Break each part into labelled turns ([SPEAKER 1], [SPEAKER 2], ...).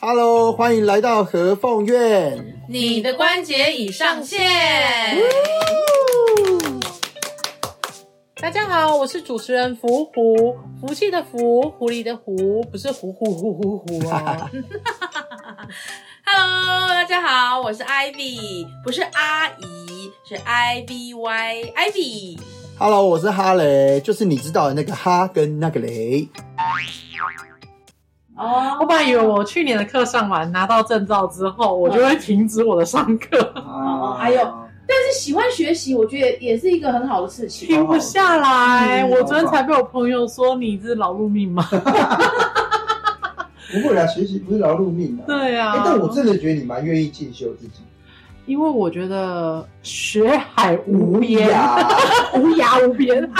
[SPEAKER 1] Hello，欢迎来到和凤苑。
[SPEAKER 2] 你的关节已上线。大家好，我是主持人福狐，福气的福，狐狸的狐，不是虎虎虎虎虎哦。
[SPEAKER 3] Hello，大家好，我是 Ivy，不是阿姨，是 I V Y Ivy。
[SPEAKER 1] Hello，我是哈雷，就是你知道的那个哈跟那个雷。
[SPEAKER 2] 我
[SPEAKER 3] 哦，
[SPEAKER 2] 本来以为我去年的课上完，拿到证照之后，我
[SPEAKER 1] 嗯
[SPEAKER 2] 就会停止我的上课，
[SPEAKER 3] 哦还有
[SPEAKER 4] 但是喜欢学习，我觉得也是一个很好的事情。
[SPEAKER 2] 停不下来。
[SPEAKER 1] 嗯
[SPEAKER 2] 我昨天才被我朋友说你是劳碌命吗？
[SPEAKER 1] 不会啦，学习不是劳碌命的、
[SPEAKER 2] 对
[SPEAKER 1] 哎
[SPEAKER 2] 啊，
[SPEAKER 1] 但我真的觉得你蛮愿意进修自己。
[SPEAKER 2] 因为我觉得学海无边，无涯无边，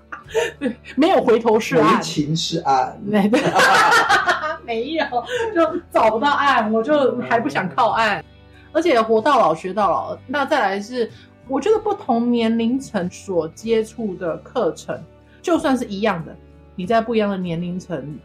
[SPEAKER 2] 对，没有回头是啊岸
[SPEAKER 1] 无。情是爱。
[SPEAKER 2] 没 有，没有，就找不到岸，我就还不想靠岸。而且活到老学到老，那再来是，我觉得不同年龄层所接触的课程，就算是一样的，你在不一样的年龄层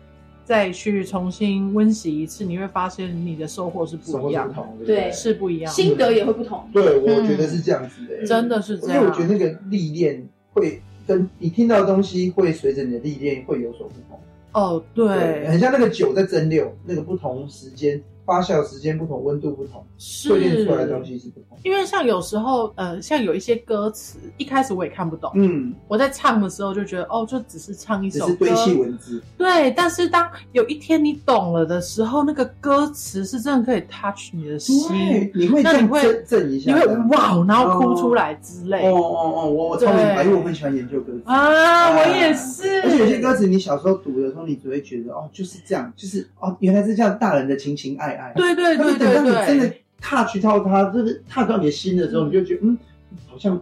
[SPEAKER 2] 再去重新温习一次，你会发现你的收获是
[SPEAKER 1] 什
[SPEAKER 2] 不
[SPEAKER 1] 么
[SPEAKER 2] 一样
[SPEAKER 1] 不
[SPEAKER 2] 的，
[SPEAKER 1] 同？
[SPEAKER 4] 对
[SPEAKER 2] 是不一样的，
[SPEAKER 4] 心得也会不同。
[SPEAKER 1] 对，我觉得是这样子的、
[SPEAKER 4] 嗯
[SPEAKER 2] 真的是这
[SPEAKER 1] 因
[SPEAKER 2] 样。
[SPEAKER 1] 为我觉得那个历练会跟你听到的东西会随着你的历练会有所不同。
[SPEAKER 2] 哦，对，
[SPEAKER 1] 很像那个酒在蒸馏，那个不同时间发酵时间不同，温度不同，淬炼
[SPEAKER 2] 是
[SPEAKER 1] 出来的东西是不同。
[SPEAKER 2] 因为像有时候，呃，像有一些歌词，一开始我也看不懂，
[SPEAKER 1] 嗯，
[SPEAKER 2] 我在唱的时候就觉得，哦，就只是唱一
[SPEAKER 1] 只
[SPEAKER 2] 首
[SPEAKER 1] 是
[SPEAKER 2] 歌，
[SPEAKER 1] 堆砌文字，
[SPEAKER 2] 对。但是当有一天你懂了的时候，那个歌词是真的可以 touch 你的心，
[SPEAKER 1] 对，你会这
[SPEAKER 2] 那你
[SPEAKER 1] 样
[SPEAKER 2] 会
[SPEAKER 1] 震震一下，
[SPEAKER 2] 你会
[SPEAKER 1] 这样
[SPEAKER 2] 哇，哦然后哭出来之类。
[SPEAKER 1] 哦哦哦，我我超明白，
[SPEAKER 2] 对
[SPEAKER 1] 因为我很喜欢研究歌词。
[SPEAKER 2] 啊，
[SPEAKER 1] 啊
[SPEAKER 2] 我也是。
[SPEAKER 1] 而且有些歌词，你小时候读的时候，你只会觉得哦，就是这样，就是哦，原来是这样，大人的情情爱爱。
[SPEAKER 2] 对对
[SPEAKER 1] 但
[SPEAKER 2] 对
[SPEAKER 1] 是等
[SPEAKER 2] 对
[SPEAKER 1] 到你真的
[SPEAKER 2] 对，
[SPEAKER 1] touch 到它，就是踏到你的心的时候，你就觉得嗯，好像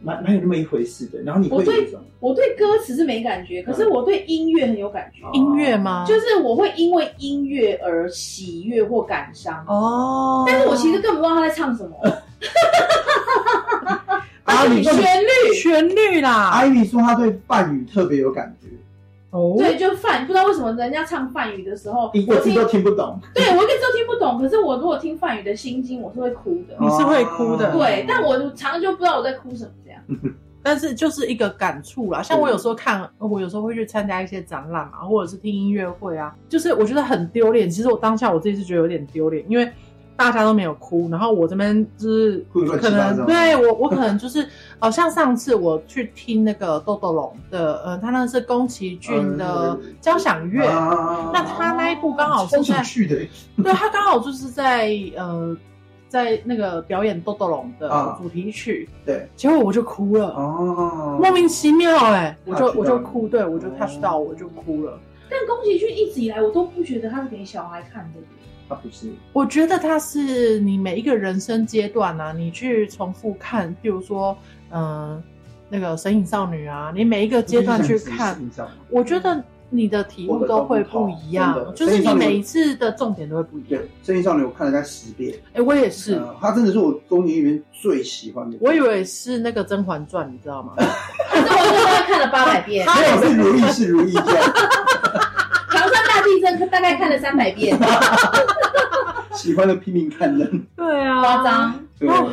[SPEAKER 1] 蛮蛮有那么一回事的。然后你会
[SPEAKER 4] 我
[SPEAKER 1] 有
[SPEAKER 4] 对
[SPEAKER 1] 一种
[SPEAKER 4] 我对歌词是没感
[SPEAKER 2] 嗯
[SPEAKER 4] 觉，可是我对音乐很有感觉，
[SPEAKER 2] 音乐吗？
[SPEAKER 4] 就是我会因为音乐而喜悦或感伤。
[SPEAKER 2] 哦，
[SPEAKER 4] 但是我其实根本不知道他在唱什么，
[SPEAKER 1] 阿里
[SPEAKER 4] 旋律
[SPEAKER 2] 啊旋律啦，
[SPEAKER 1] 艾米说她对梵语特别有感觉，
[SPEAKER 2] 哦，
[SPEAKER 4] 对，就梵，不知道为什么人家唱梵语的时候，
[SPEAKER 1] 因为
[SPEAKER 4] 我
[SPEAKER 1] 我自
[SPEAKER 4] 听
[SPEAKER 1] 己都听不懂。
[SPEAKER 4] 对我一个字都听不懂，可是我如果听梵语的心经，我是会哭的。
[SPEAKER 2] 你是会哭的
[SPEAKER 4] 对，
[SPEAKER 1] 哦
[SPEAKER 4] 但我常常就不知道我在哭什么这
[SPEAKER 2] 嗯
[SPEAKER 4] 样。
[SPEAKER 2] 但是就是一个感触啦。像我有时候看，我有时候会去参加一些展览嘛，或者是听音乐会啊，就是我觉得很丢脸。其实我当下我自己是觉得有点丢脸，因为大家都没有哭，然后我这边就是
[SPEAKER 1] 哭得乱七
[SPEAKER 2] 可
[SPEAKER 1] 八糟
[SPEAKER 2] 能对我我可能就是，好、像上次我去听那个豆豆龙的，呃，他那是宫崎骏的
[SPEAKER 1] 嗯
[SPEAKER 2] 交响乐。
[SPEAKER 1] 啊
[SPEAKER 2] 那他那一部刚好
[SPEAKER 1] 超
[SPEAKER 2] 是在
[SPEAKER 1] 想，去的，
[SPEAKER 2] 对他刚好就是在呃，在那个表演《豆豆龙》的
[SPEAKER 1] 啊
[SPEAKER 2] 主题曲，
[SPEAKER 1] 对
[SPEAKER 2] 结果我就哭了。
[SPEAKER 1] 哦
[SPEAKER 2] 莫名其妙哎、我就
[SPEAKER 1] touch 到
[SPEAKER 2] 我就
[SPEAKER 1] 你
[SPEAKER 2] 哭，对我就
[SPEAKER 1] 哦
[SPEAKER 2] touch 到，我就哭了。
[SPEAKER 4] 但宫崎骏一直以来我都不觉得他是给小孩看 的。
[SPEAKER 1] 他不是
[SPEAKER 2] 我觉得它是你每一个人生阶段啊，你去重复看，譬如说，嗯、那个《神隐少女》啊，你每一个阶段去看，，我觉得你的体悟都会不
[SPEAKER 1] 我
[SPEAKER 2] 一
[SPEAKER 1] 的都
[SPEAKER 2] 样，
[SPEAKER 1] 不同
[SPEAKER 2] 就是你每一次的重点都会不一
[SPEAKER 1] 对。
[SPEAKER 2] 样
[SPEAKER 1] 《生意少女》我看了大概十遍，
[SPEAKER 2] 哎、我也是，
[SPEAKER 1] 呃他真的是我中年里面最喜欢的。
[SPEAKER 2] 我以为是那个《甄嬛传》，你知道吗？
[SPEAKER 4] 可是我真的看了八百遍，《
[SPEAKER 1] 没有是如意是如意这样，
[SPEAKER 4] 唐山大地震》大概看了三百 遍，
[SPEAKER 1] 喜欢的拼命看人，
[SPEAKER 2] 对啊
[SPEAKER 4] 夸。张。
[SPEAKER 1] 对
[SPEAKER 2] 哦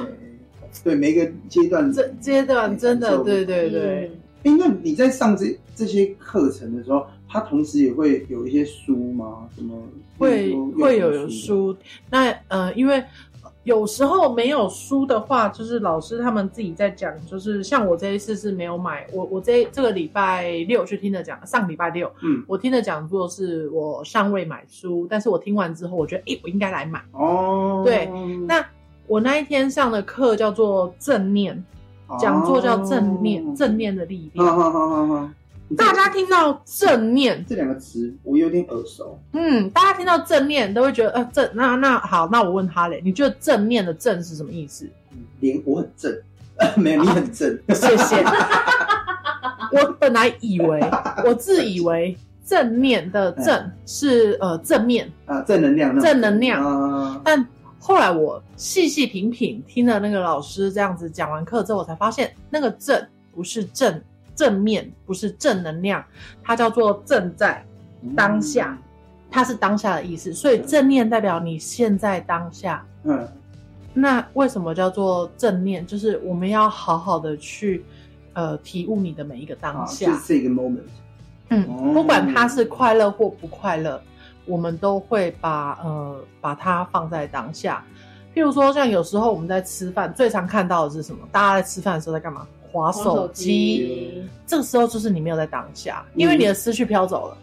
[SPEAKER 1] 对，每个阶段
[SPEAKER 2] 这阶段真
[SPEAKER 1] 感
[SPEAKER 2] 的，
[SPEAKER 1] 受
[SPEAKER 2] 对对对，
[SPEAKER 4] 嗯
[SPEAKER 1] 哎、那你在上这这些课程的时候，他同时也会有一些书吗？什么
[SPEAKER 2] 会会嗯有有？
[SPEAKER 1] 例
[SPEAKER 2] 书，那呃，因为有时候没有书的话，就是老师他们自己在讲，就是像我这一次是没有买，我我这这个礼拜六去听的讲，上礼拜六
[SPEAKER 1] 如嗯，
[SPEAKER 2] 我听的讲座是我尚未买书，但是我听完之后，我觉得诶，我应该来买。
[SPEAKER 1] 哦，
[SPEAKER 2] 对，那我那一天上的课叫做正念，讲座叫正念，
[SPEAKER 1] 哦
[SPEAKER 2] 正，念的力
[SPEAKER 1] 好
[SPEAKER 2] 量。
[SPEAKER 1] 好好好好，你这
[SPEAKER 2] 大家听到正念，
[SPEAKER 1] 这两个词，我有点耳熟。
[SPEAKER 2] 嗯，大家听到正念都会觉得，呃，正那那好，那我问他嘞，你觉得正念的正是什么意思？
[SPEAKER 1] 连我很正， 没有你很正，
[SPEAKER 2] 谢谢。 我本来以为，我自以为正念的正是呃正面，
[SPEAKER 1] 啊，正能量那种，
[SPEAKER 2] 正能量
[SPEAKER 1] 啊，
[SPEAKER 2] 但后来我细细品品听了那个老师这样子讲完课之后，我才发现那个正不是正正面，不是正能量，它叫做正在当下。它是当下的意思，所以正念代表你现在当下。
[SPEAKER 1] 嗯，
[SPEAKER 2] 那为什么叫做正念？就是我们要好好的去呃体悟你的每一个当
[SPEAKER 1] 好，
[SPEAKER 2] 下
[SPEAKER 1] 啊就。是哦这个 moment。
[SPEAKER 2] 嗯，不管他是快乐或不快乐，我们都会把呃把它放在当下。譬如说，像有时候我们在吃饭，最常看到的是什么？大家在吃饭的时候在干嘛？划
[SPEAKER 4] 滑
[SPEAKER 2] 手机。
[SPEAKER 4] 机
[SPEAKER 2] 这个时候就是你没有在当下，
[SPEAKER 1] 嗯
[SPEAKER 2] 因为你的思绪飘走了。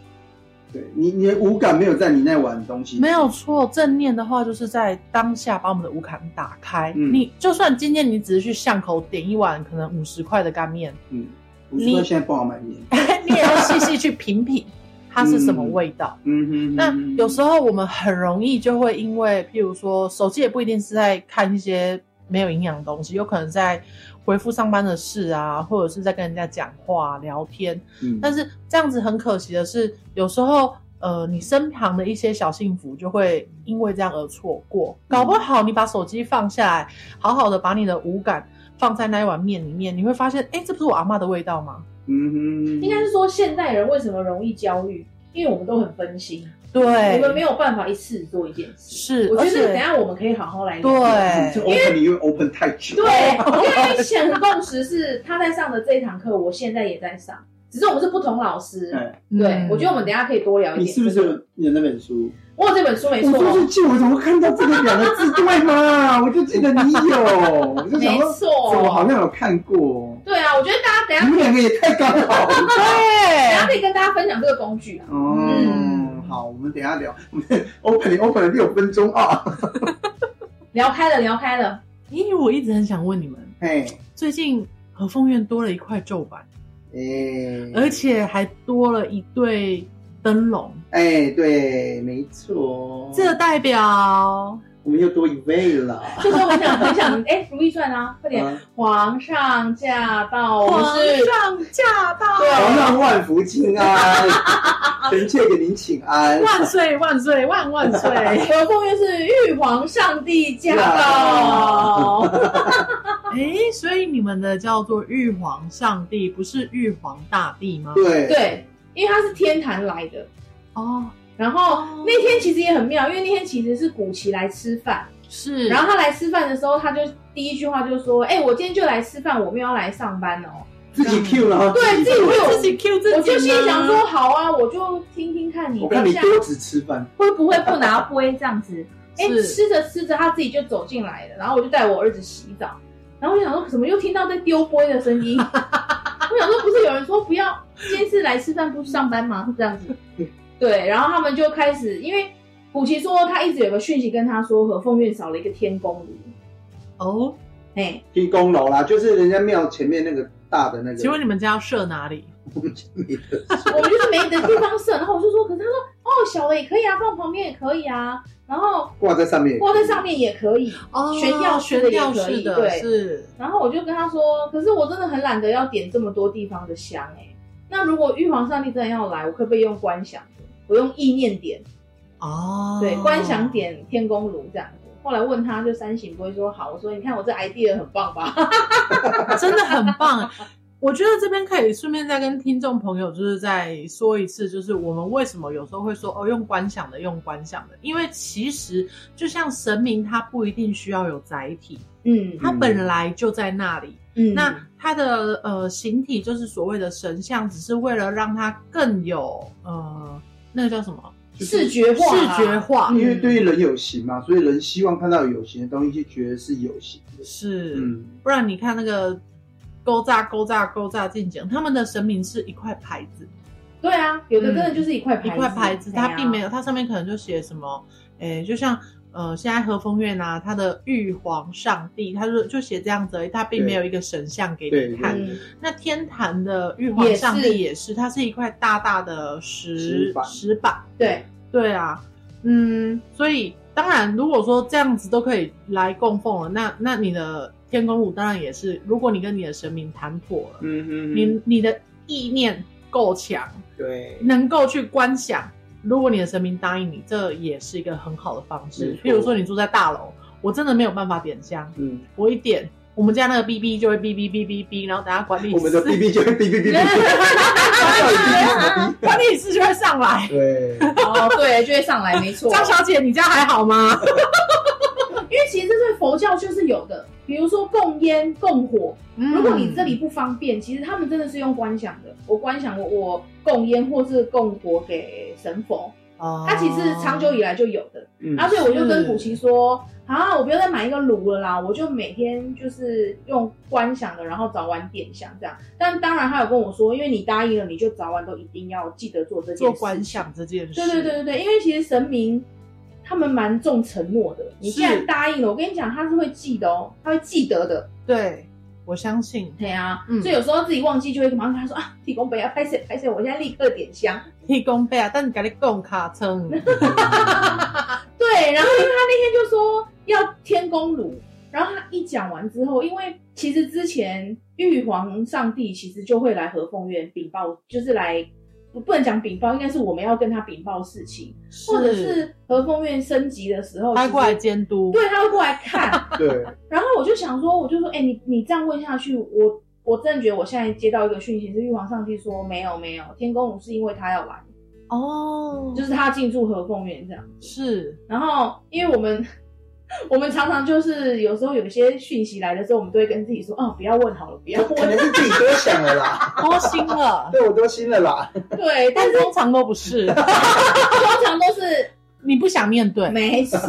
[SPEAKER 1] 对你，你的五感没有在你那玩东西。
[SPEAKER 2] 没有错，正念的话就是在当下把我们的五感打开。
[SPEAKER 1] 嗯
[SPEAKER 2] 你就算今天你只是去巷口点一碗可能五十块的 干面，
[SPEAKER 1] 嗯，我知道现在不好买面。
[SPEAKER 2] 你也要细细去品品它是什么
[SPEAKER 1] 嗯
[SPEAKER 2] 味道。
[SPEAKER 1] 嗯哼，
[SPEAKER 2] 那有时
[SPEAKER 1] 候
[SPEAKER 2] 候我们很容易就会因为，譬如说手机也不一定是在看一些没有营养的东西，有可能在回复上班的事啊，或者是在跟人家讲话、聊天。
[SPEAKER 1] 嗯
[SPEAKER 2] 但是这样子很可惜的是，有时候呃，你身旁的一些小幸福就会因为这样而错过。搞不好你把手机放下来，好好的把你的五感放在那一碗面里面，你会发现，哎、这不是我阿妈的味道吗？
[SPEAKER 1] 嗯哼，
[SPEAKER 4] 应该是说现代人为什么容易焦虑？因为我们都很分心，
[SPEAKER 2] 对，
[SPEAKER 4] 我们没有办法一次做一件事。
[SPEAKER 2] 是，
[SPEAKER 4] 我觉
[SPEAKER 2] 而
[SPEAKER 4] 得等一
[SPEAKER 2] 且
[SPEAKER 4] 下我们可以好好来聊
[SPEAKER 2] 对
[SPEAKER 1] 这 open 你又 open 太久。
[SPEAKER 4] 对，因为显而共识是他在上的这一堂课，我现在也在上，只是我们是不同老师。
[SPEAKER 1] 嗯
[SPEAKER 4] 对
[SPEAKER 2] 嗯，
[SPEAKER 4] 我觉得我们等一下可以多啊聊一点。
[SPEAKER 1] 你是不是有你的那本书？
[SPEAKER 4] 我有这本书没
[SPEAKER 1] 我
[SPEAKER 4] 错？
[SPEAKER 1] 就是记，我怎么看到这个两个字对吗？我就记得你有，我就想
[SPEAKER 4] 没
[SPEAKER 1] 说，
[SPEAKER 4] 错，
[SPEAKER 1] 我好像有看过。
[SPEAKER 4] 对啊，我觉得大家等一
[SPEAKER 1] 你
[SPEAKER 4] 下
[SPEAKER 1] 们两个也太刚好了。
[SPEAKER 4] 等一下
[SPEAKER 2] 对，
[SPEAKER 4] 可以跟大家分享这个工具啊。
[SPEAKER 1] 哦、
[SPEAKER 2] 嗯
[SPEAKER 1] 好，我们等一下聊。 我们 open 你 open 了六分钟啊。
[SPEAKER 4] 聊开了，聊开了，
[SPEAKER 2] 因为我一直很想问你们，
[SPEAKER 1] 嘿，
[SPEAKER 2] 最近和凤院多了一块旧板，
[SPEAKER 1] 哎，
[SPEAKER 2] 而且还多了一对灯笼，
[SPEAKER 1] 哎，对，没错，
[SPEAKER 2] 这代表
[SPEAKER 1] 我们又多一位了。
[SPEAKER 4] 就是我想分享，哎，《如懿传》啊，快点，
[SPEAKER 1] 啊
[SPEAKER 4] 皇上驾到，我
[SPEAKER 2] 皇
[SPEAKER 4] 们是
[SPEAKER 2] 上驾到，
[SPEAKER 1] 皇上万福金安， 臣妾给您请安。
[SPEAKER 2] 万岁万岁万万岁！
[SPEAKER 4] 我的后面是玉皇上帝驾到，
[SPEAKER 1] 驾
[SPEAKER 2] 哎，所以你们的叫做玉皇上帝，不是玉皇大帝吗？
[SPEAKER 1] 对，
[SPEAKER 4] 对，因为他是天坛来的。
[SPEAKER 2] 哦，
[SPEAKER 4] 然后那天其实也很妙，因为那天其实是古奇来吃饭，
[SPEAKER 2] 是，
[SPEAKER 4] 然后他来吃饭的时候，他就第一句话就说：“哎、我今天就来吃饭，我没有要来上班哦。
[SPEAKER 1] 自
[SPEAKER 2] 嗯
[SPEAKER 1] 己 Q 了。
[SPEAKER 4] 对自己
[SPEAKER 2] 会
[SPEAKER 4] Q
[SPEAKER 2] 自己 Q ”自己，
[SPEAKER 4] 我就心里想说：“，好啊，我就听听看你
[SPEAKER 1] 我看
[SPEAKER 4] 等一
[SPEAKER 1] 你
[SPEAKER 4] 下
[SPEAKER 1] 多只吃饭，
[SPEAKER 4] 会不会不拿杯这样子。”哎、
[SPEAKER 2] 是
[SPEAKER 4] 吃着吃着他自己就走进来了，然后我就带我儿子洗澡，然后我想说怎么又听到在丢杯的声音？我想说不是有人说不要今天是来吃饭不是上班吗？这样子，对，然后他们就开始，因为古奇说他一直有个讯息跟他说和凤院少了一个天宫炉，
[SPEAKER 2] 哦，
[SPEAKER 4] 哎、
[SPEAKER 1] 提供楼啦，就是人家庙前面那个大的那个。
[SPEAKER 2] 请问你们家要设哪里？
[SPEAKER 4] 我们就是没的地方设，然后我就说，可是他说哦小的也可以啊，放旁边也可以啊，然后
[SPEAKER 1] 挂在上面？
[SPEAKER 4] 挂在上面也可以，
[SPEAKER 2] 哦，
[SPEAKER 4] 炫耀式
[SPEAKER 2] 炫
[SPEAKER 4] 的也
[SPEAKER 2] 耀
[SPEAKER 4] 可
[SPEAKER 2] 式
[SPEAKER 4] 以
[SPEAKER 2] 的，
[SPEAKER 4] 对
[SPEAKER 2] 是。
[SPEAKER 4] 然后我就跟他说，可是我真的很懒得要点这么多地方的香哎、那如果玉皇上帝真的要来，我可不可以用观想的？我用意念点，
[SPEAKER 2] 哦，
[SPEAKER 4] 对，观想点天宫炉这样子。后来问他，就三省不会说好，我说你看我这 idea 很棒 吧？
[SPEAKER 2] 啊真的很棒。 我觉得这边可以顺便再跟听众朋友，就是再说一次，就是我们为什么有时候会说哦，用观想的，用观想的，因为其实就像神明，他不一定需要有载体，
[SPEAKER 4] 嗯
[SPEAKER 2] 他本来就在那里。
[SPEAKER 4] 嗯，
[SPEAKER 2] 那他的呃形体就是所谓的神像，只是为了让他更有呃那个叫什么
[SPEAKER 4] 视觉化
[SPEAKER 2] 视
[SPEAKER 4] 啦，
[SPEAKER 2] 觉化，啊
[SPEAKER 1] 因为对于人有形嘛，所以人希望看到有形的东西，就觉得是有形的。
[SPEAKER 2] 是
[SPEAKER 1] 嗯，
[SPEAKER 2] 不然你看那个勾炸勾炸勾炸进景，他们的神明是一块牌子，
[SPEAKER 4] 对啊，有的真的就是一块牌子，
[SPEAKER 2] 嗯一
[SPEAKER 4] 哎啊
[SPEAKER 2] 块牌子，它并没
[SPEAKER 4] 有，
[SPEAKER 2] 有，它上面可能就写什么，诶，就像呃，现在和风院啊，它的玉皇上帝，它就就写这样子而已，它并没有一个神像给
[SPEAKER 1] 对
[SPEAKER 2] 你
[SPEAKER 1] 对
[SPEAKER 2] 看。
[SPEAKER 4] 嗯
[SPEAKER 2] 那天坛的玉皇上帝
[SPEAKER 4] 也是
[SPEAKER 2] 也是，它是一块大大的石
[SPEAKER 1] 石板
[SPEAKER 2] 石板，
[SPEAKER 4] 对，
[SPEAKER 2] 对啊，嗯，所以当然，如果说这样子都可以来供奉了，那那你的天公舞当然也是，如果你跟你的神明谈妥了，
[SPEAKER 1] 嗯哼，
[SPEAKER 2] 你你的意念够强，
[SPEAKER 1] 对，
[SPEAKER 2] 能够去观想，如果你的神明答应你，这也是一个很好的方式
[SPEAKER 1] 没错。
[SPEAKER 2] 比如说你住在大楼，我真的没有办法点香，
[SPEAKER 1] 嗯，
[SPEAKER 2] 我一点我们家那个 B B 就会哔哔哔哔哔，然后等下管理
[SPEAKER 1] 我们的
[SPEAKER 2] 室
[SPEAKER 1] B B 就会 B B B B，
[SPEAKER 2] 管理室就会上来。
[SPEAKER 1] 对，
[SPEAKER 4] 哦，对，就会上来，没错。
[SPEAKER 2] 张小姐，你家还好吗？
[SPEAKER 4] 因为其实这对佛教就是有的，比如说供烟、供火。如果
[SPEAKER 2] 嗯
[SPEAKER 4] 你这里不方便，其实他们真的是用观想的。我观想我我供烟或是供火给神佛，
[SPEAKER 2] 嗯，
[SPEAKER 4] 它其实长久以来就有的。啊
[SPEAKER 1] 嗯
[SPEAKER 4] 然后所以我就跟
[SPEAKER 2] 是
[SPEAKER 4] 古奇说啊，我不要再买一个炉了啦，我就每天就是用观想的，然后早晚点香这样。但当然他有跟我说，因为你答应了，你就早晚都一定要记得做这件事。
[SPEAKER 2] 做观。想这件事，
[SPEAKER 4] 对对对对对，因为其实神明他们蛮重承诺的，你既然
[SPEAKER 2] 是
[SPEAKER 4] 答应了，我跟你讲他是会记得哦，他会记得的。
[SPEAKER 2] 对，我相信
[SPEAKER 4] 对啊，
[SPEAKER 2] 嗯
[SPEAKER 4] 所以有时候自己忘记就会马上跟他说啊，提供杯啊，拍谁拍谁，我现在立刻点香。
[SPEAKER 2] 提供杯啊，但你赶紧供卡称，
[SPEAKER 4] 对，然后因为他那天就说要天公炉，然后他一讲完之后，因为其实之前玉皇上帝其实就会来和凤院禀报，就是来不不能讲禀报，应该是我们要跟他禀报事情， 或者是和凤院升级的时候，
[SPEAKER 2] 他
[SPEAKER 4] 其实
[SPEAKER 2] 过来监督，
[SPEAKER 4] 对，他会过来看。
[SPEAKER 1] 对，
[SPEAKER 4] 然后我就想说，我就说，哎、你你这样问下去，我我真的觉得我现在接到一个讯息是玉皇上帝说没有没有，天公炉是因为他要来，
[SPEAKER 2] 哦，
[SPEAKER 4] 就是他进驻和凤院这样。
[SPEAKER 2] 是
[SPEAKER 4] 然后因为我们 我们常常就是有时候有一些讯息来的时候，我们都会跟自己说，哦，不要问好了，不要
[SPEAKER 1] 可
[SPEAKER 4] 问。
[SPEAKER 1] 能是自己多想了啦，
[SPEAKER 2] 多 心了，
[SPEAKER 1] 对我多心了啦，
[SPEAKER 4] 对，但
[SPEAKER 2] 但
[SPEAKER 4] 是
[SPEAKER 2] 通常都不是，
[SPEAKER 4] 通常都是
[SPEAKER 2] 你不想面对，
[SPEAKER 4] 没错。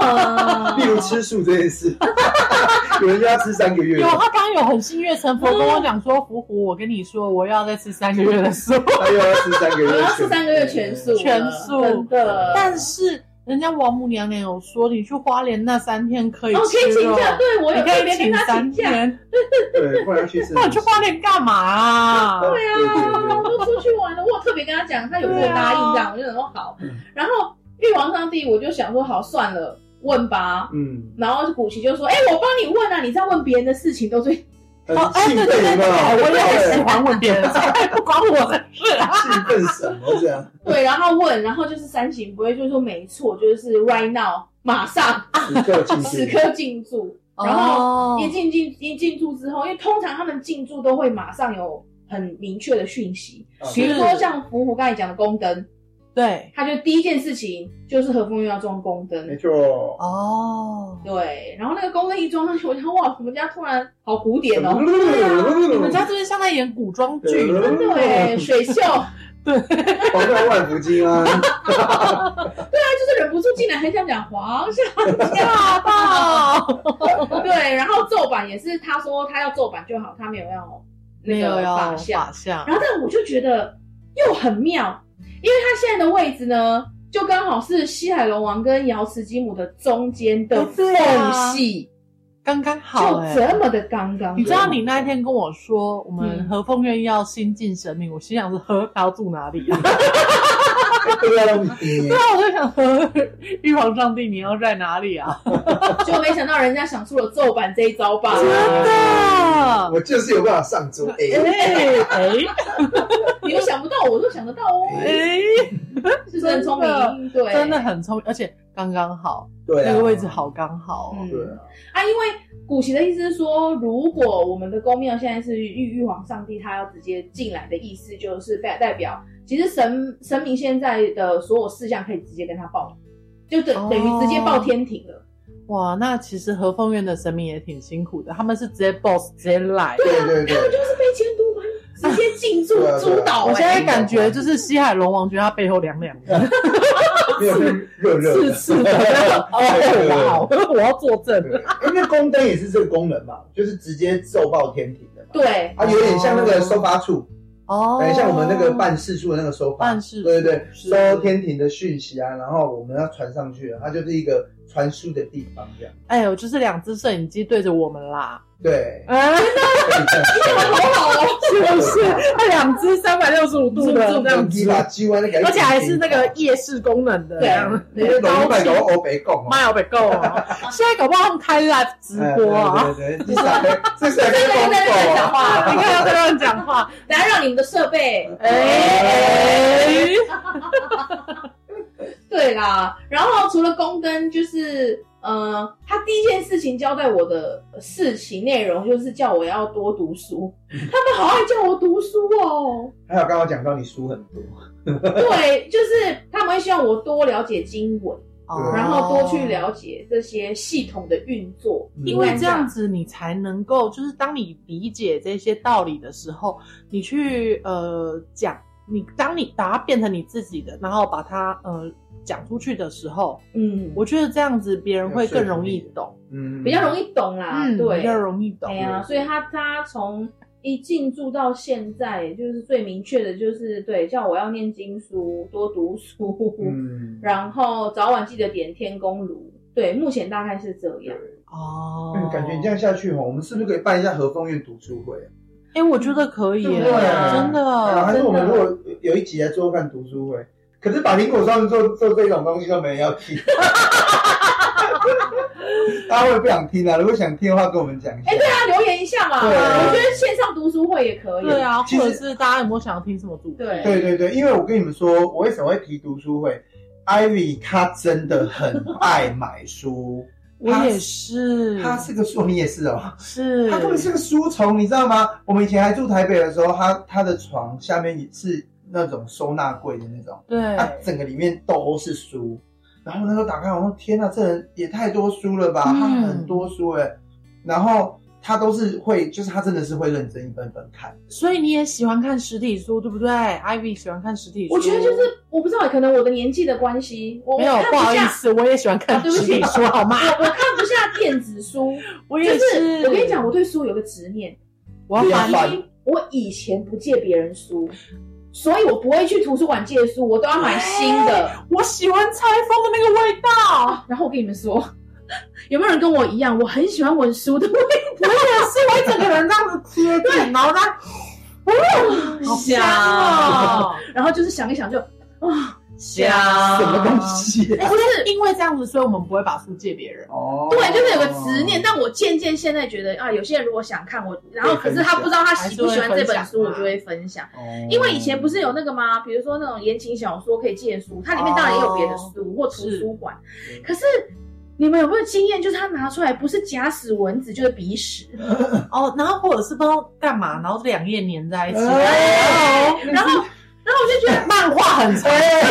[SPEAKER 2] 哦
[SPEAKER 1] 例如吃素这件事， 有人就要吃三个月
[SPEAKER 2] 有，，他刚刚有很心悦诚服地跟我讲说，福福，我跟你说，我要再吃三个月的素，
[SPEAKER 4] 嗯
[SPEAKER 1] 他又要吃三个月，
[SPEAKER 4] 我要吃三个月全素了，
[SPEAKER 2] 全素
[SPEAKER 4] 真的。
[SPEAKER 2] 但是人家王母娘娘有说，你去花莲那三天可以
[SPEAKER 4] 哦，可以
[SPEAKER 2] 吃
[SPEAKER 4] 请
[SPEAKER 2] 肉，
[SPEAKER 4] 假，对我
[SPEAKER 2] 你
[SPEAKER 4] 有
[SPEAKER 2] 可
[SPEAKER 4] 特
[SPEAKER 2] 以
[SPEAKER 4] 别跟
[SPEAKER 2] 请
[SPEAKER 4] 他
[SPEAKER 2] 三
[SPEAKER 4] 请假。
[SPEAKER 2] 天，
[SPEAKER 1] 对，不然去吃，
[SPEAKER 2] 那你去花莲干嘛啊？
[SPEAKER 1] 对啊
[SPEAKER 4] 啊，我都出去玩了，我有特别跟他讲，他有跟我答应这样，我就想说好
[SPEAKER 1] 嗯。
[SPEAKER 4] 然后玉皇上帝，我就想说好算了，问吧。
[SPEAKER 1] 嗯，
[SPEAKER 4] 然后古奇就说：“哎、我帮你问啊，你在问别人的事情 都最
[SPEAKER 1] 很啊
[SPEAKER 2] 哦，哎，
[SPEAKER 1] 兴
[SPEAKER 2] 对对
[SPEAKER 1] 奋有
[SPEAKER 2] 对
[SPEAKER 1] 没
[SPEAKER 2] 对，
[SPEAKER 1] 有？
[SPEAKER 2] 我也很喜欢问别人， 不关我的事啊。
[SPEAKER 1] 兴奋什么这样？
[SPEAKER 4] 对。”然后问，然后就是三省不会，就说没错，就是 right now，马上
[SPEAKER 1] 此刻进
[SPEAKER 4] 此
[SPEAKER 1] 去，
[SPEAKER 4] 刻进驻。然后
[SPEAKER 2] 哦
[SPEAKER 1] 嗯
[SPEAKER 4] 一进进一进驻之后，因为通常他们进驻都会马上有很明确的讯息，比如说像福福刚才讲的宫灯，
[SPEAKER 2] 对，
[SPEAKER 4] 他就第一件事情就是和风又要装宫灯，
[SPEAKER 1] 没错，
[SPEAKER 2] 哦，
[SPEAKER 4] 对，然后那个公灯一装上去，我就哇，我们家突然好古典哦，
[SPEAKER 2] 你
[SPEAKER 1] 你
[SPEAKER 2] 们家这边像在演古装剧，
[SPEAKER 1] 嗯
[SPEAKER 4] 对， 水袖，
[SPEAKER 2] 对，
[SPEAKER 1] 皇冠万福金啊，
[SPEAKER 4] 就是忍不住进来，很想讲皇上，
[SPEAKER 2] 吓到，
[SPEAKER 4] 对，然后奏板也是他说他要奏板就好，他没有要那
[SPEAKER 2] 没有
[SPEAKER 4] 个
[SPEAKER 2] 要
[SPEAKER 4] 法
[SPEAKER 2] 法
[SPEAKER 4] 相，
[SPEAKER 2] 相，
[SPEAKER 4] 然后但我就觉得又很妙，因为他现在的位置呢，就刚好是西海龙王跟瑶池金母的中间的缝
[SPEAKER 2] 对啊
[SPEAKER 4] 隙，
[SPEAKER 2] 刚刚好
[SPEAKER 4] 就
[SPEAKER 2] 哎。
[SPEAKER 4] 这么的刚 刚好，
[SPEAKER 2] 你知道你那一天跟我说我们
[SPEAKER 4] 嗯
[SPEAKER 2] 和风院要新进神明，我心想是和他要住哪里啊？
[SPEAKER 1] 对啊，你
[SPEAKER 2] 对啊，我在想和玉皇上帝你要在哪里啊？
[SPEAKER 4] 就没想到人家想出了奏板这一招吧。
[SPEAKER 1] 真
[SPEAKER 2] 啊，
[SPEAKER 1] 我就是有办法上桌，哎，
[SPEAKER 2] 哎哎
[SPEAKER 4] 你又想不到，我都想得到 哦，
[SPEAKER 2] 哎，
[SPEAKER 4] 是不是很聪明？对，
[SPEAKER 2] 真的很聪明，而且刚刚好，
[SPEAKER 1] 对啊，
[SPEAKER 2] 那个位置，好刚好哦。
[SPEAKER 4] 嗯
[SPEAKER 1] 对啊，
[SPEAKER 4] 啊。因为古奇的意思是说，如果我们的宫庙现在是玉玉皇上帝，他要直接进来的意思，就是代代表，其实神神明现在的所有事项可以直接跟他报，就等、
[SPEAKER 2] 哦
[SPEAKER 4] 等于直接报天庭了。
[SPEAKER 2] 哇，那其实和风院的神明也挺辛苦的，他们是直接 boss 直接来。
[SPEAKER 1] 对对
[SPEAKER 4] 他们
[SPEAKER 1] 对，
[SPEAKER 4] 就是被监督完，直接进驻
[SPEAKER 1] 对啊对啊
[SPEAKER 4] 主导、
[SPEAKER 2] 我现在
[SPEAKER 4] 哎
[SPEAKER 2] 感觉就是西海龙王，觉得他背后凉凉的，
[SPEAKER 1] 没有热热
[SPEAKER 2] 刺
[SPEAKER 1] 的，
[SPEAKER 2] 刺的。 哦，哇，我要作证。
[SPEAKER 1] 对因为宫灯也是这个功能嘛，就是直接奏报天庭的嘛。啊
[SPEAKER 4] 对，
[SPEAKER 1] 它有点像那个收发处，
[SPEAKER 2] 哦，
[SPEAKER 1] 很哎像我们那个办事处的那个收发
[SPEAKER 2] 办，事，
[SPEAKER 1] 对对对，
[SPEAKER 2] 是
[SPEAKER 1] 收天庭的讯息啊，然后我们要传上去，它就是一个传输的地方，这样。
[SPEAKER 2] 哎呦，就是两只摄影机对着我们啦，
[SPEAKER 1] 对，
[SPEAKER 2] 啊，
[SPEAKER 4] 好好哦，
[SPEAKER 2] 是不是？那两只三百六十五度的这样
[SPEAKER 1] 鸡
[SPEAKER 2] 子，
[SPEAKER 1] 把鸡弯那个，
[SPEAKER 2] 而且还是那个夜视功能的，这样
[SPEAKER 1] 因为龙脉都欧北贡
[SPEAKER 2] 妈呀，被够哦！现在搞不好他们开 live 直播啊，
[SPEAKER 1] 哎对对对，这才这才
[SPEAKER 4] 对
[SPEAKER 1] 是
[SPEAKER 4] 对
[SPEAKER 1] 公
[SPEAKER 4] 对哎对，
[SPEAKER 1] 狗
[SPEAKER 4] 讲
[SPEAKER 1] 啊，
[SPEAKER 4] 话，
[SPEAKER 2] 你看要在乱讲话，
[SPEAKER 4] 等下让你们的设备，
[SPEAKER 2] 哎，
[SPEAKER 4] 对啦，然后除了宫灯，就是呃，他第一件事情交代我的事情内容就是叫我要多读书，
[SPEAKER 1] 嗯
[SPEAKER 4] 他们好爱叫我读书 哦。
[SPEAKER 1] 还有刚刚讲到你书很多，
[SPEAKER 4] 对，就是他们会希望我多了解经文，
[SPEAKER 1] 哦
[SPEAKER 4] 然后多去了解这些系统的运作，
[SPEAKER 1] 嗯
[SPEAKER 2] 因为这样子你才能够，就是当你理解这些道理的时候，你去呃讲，你当你把它变成你自己的，然后把它呃讲出去的时候，
[SPEAKER 4] 嗯，
[SPEAKER 2] 我觉得这样子别人会更容
[SPEAKER 1] 要
[SPEAKER 2] 易
[SPEAKER 1] 说服力
[SPEAKER 2] 懂，
[SPEAKER 1] 嗯，
[SPEAKER 4] 比较容易懂啦，嗯对，
[SPEAKER 2] 嗯比较容易懂
[SPEAKER 4] 对。呀、所以他他从一进驻到现在，就是最明确的就是对，叫我要念经书，多读书，
[SPEAKER 1] 嗯，
[SPEAKER 4] 然后早晚记得点天公炉。对，目前大概是这样。
[SPEAKER 2] 哦
[SPEAKER 1] 嗯，感觉你这样下去哈，我们是不是可以办一下和风院读书会啊？
[SPEAKER 2] 哎、我觉得可以耶，
[SPEAKER 4] 对啊
[SPEAKER 2] 真
[SPEAKER 1] 啊还
[SPEAKER 2] 的，
[SPEAKER 1] 是我们如果有一集来做饭读书会，可是把苹果上做做这种东西都没人要 听，大家会不想听啊？如果想听的话，跟我们讲一下。
[SPEAKER 4] 哎，对啊，留言一下嘛，
[SPEAKER 1] 对啊
[SPEAKER 4] 我觉得线上读书会也可以。
[SPEAKER 2] 对，啊，
[SPEAKER 1] 其
[SPEAKER 2] 或
[SPEAKER 1] 实
[SPEAKER 2] 者是大家有没有想要听什么主题？
[SPEAKER 4] 对
[SPEAKER 1] 对对对，因为我跟你们说，我为什么会提读书会？Ivy 她真的很爱买 书，
[SPEAKER 2] 我也是，
[SPEAKER 1] 她是个书，你也是哦。
[SPEAKER 2] 是，
[SPEAKER 1] 他根本是个书虫，你知道吗？我们以前还住台北的时候，他他的床下面是那种收纳柜的那种，
[SPEAKER 2] 对，
[SPEAKER 1] 他整个里面都是书。然后我那时候打开，我说天哪，这人也太多书了吧，
[SPEAKER 2] 嗯
[SPEAKER 1] 他很多书哎、然后他都是会，就是他真的是会认真一本本看。
[SPEAKER 2] 所以你也喜欢看实体书，对不对？Ivy 喜欢看实体书，
[SPEAKER 4] 我觉得就是我不知道，可能我的年纪的关系，我
[SPEAKER 2] 没有
[SPEAKER 4] 我看
[SPEAKER 2] 不好
[SPEAKER 4] 不
[SPEAKER 2] 意
[SPEAKER 4] 下，
[SPEAKER 2] 思，我也喜欢看
[SPEAKER 4] 啊对不
[SPEAKER 2] 实
[SPEAKER 4] 起
[SPEAKER 2] 体书，好吗？
[SPEAKER 4] 我我看不下电子书。
[SPEAKER 2] 我
[SPEAKER 4] 就
[SPEAKER 2] 也
[SPEAKER 4] 是我跟你讲，我
[SPEAKER 2] 我
[SPEAKER 4] 对书有个执念，
[SPEAKER 2] 我
[SPEAKER 1] 不
[SPEAKER 2] 要
[SPEAKER 1] 要
[SPEAKER 2] 把
[SPEAKER 1] 烦
[SPEAKER 4] 第一，我以前不借别人书，所以我不会去图书馆借书，我都要买新的。啊
[SPEAKER 2] 我喜欢拆封的那个味道，
[SPEAKER 4] 然后我跟你们说， 有没有人跟我一样？我很喜欢闻书的味
[SPEAKER 2] 我也是，我一整个人这样子贴近，然后它，哦，好
[SPEAKER 4] 啊
[SPEAKER 2] 香哦，
[SPEAKER 4] 道，然后就是想一想就啊，
[SPEAKER 2] 香
[SPEAKER 1] 什么东？西、
[SPEAKER 2] 哎，不是因为这样子，所以我们不会把书借别人。
[SPEAKER 1] 哦，
[SPEAKER 4] 对，就是有个执念。。但我渐渐现在觉得啊，有些人如果想看我，然后可是他不知道他喜不喜欢这本书，我就会分享。
[SPEAKER 1] 哦
[SPEAKER 4] 因为以前不是有那个吗？比如说那种言情小说可以借书，它里面当然也有别的书、或图书馆
[SPEAKER 1] 是。
[SPEAKER 4] 可是你们有没有经验？就是他拿出来不是假屎蚊子就是鼻屎，
[SPEAKER 1] 嗯
[SPEAKER 2] 哦，然后或者是不知道干嘛，然后两页粘在一起。
[SPEAKER 1] 哎
[SPEAKER 4] 然后然后我就觉得
[SPEAKER 2] 漫画很长，
[SPEAKER 1] 哎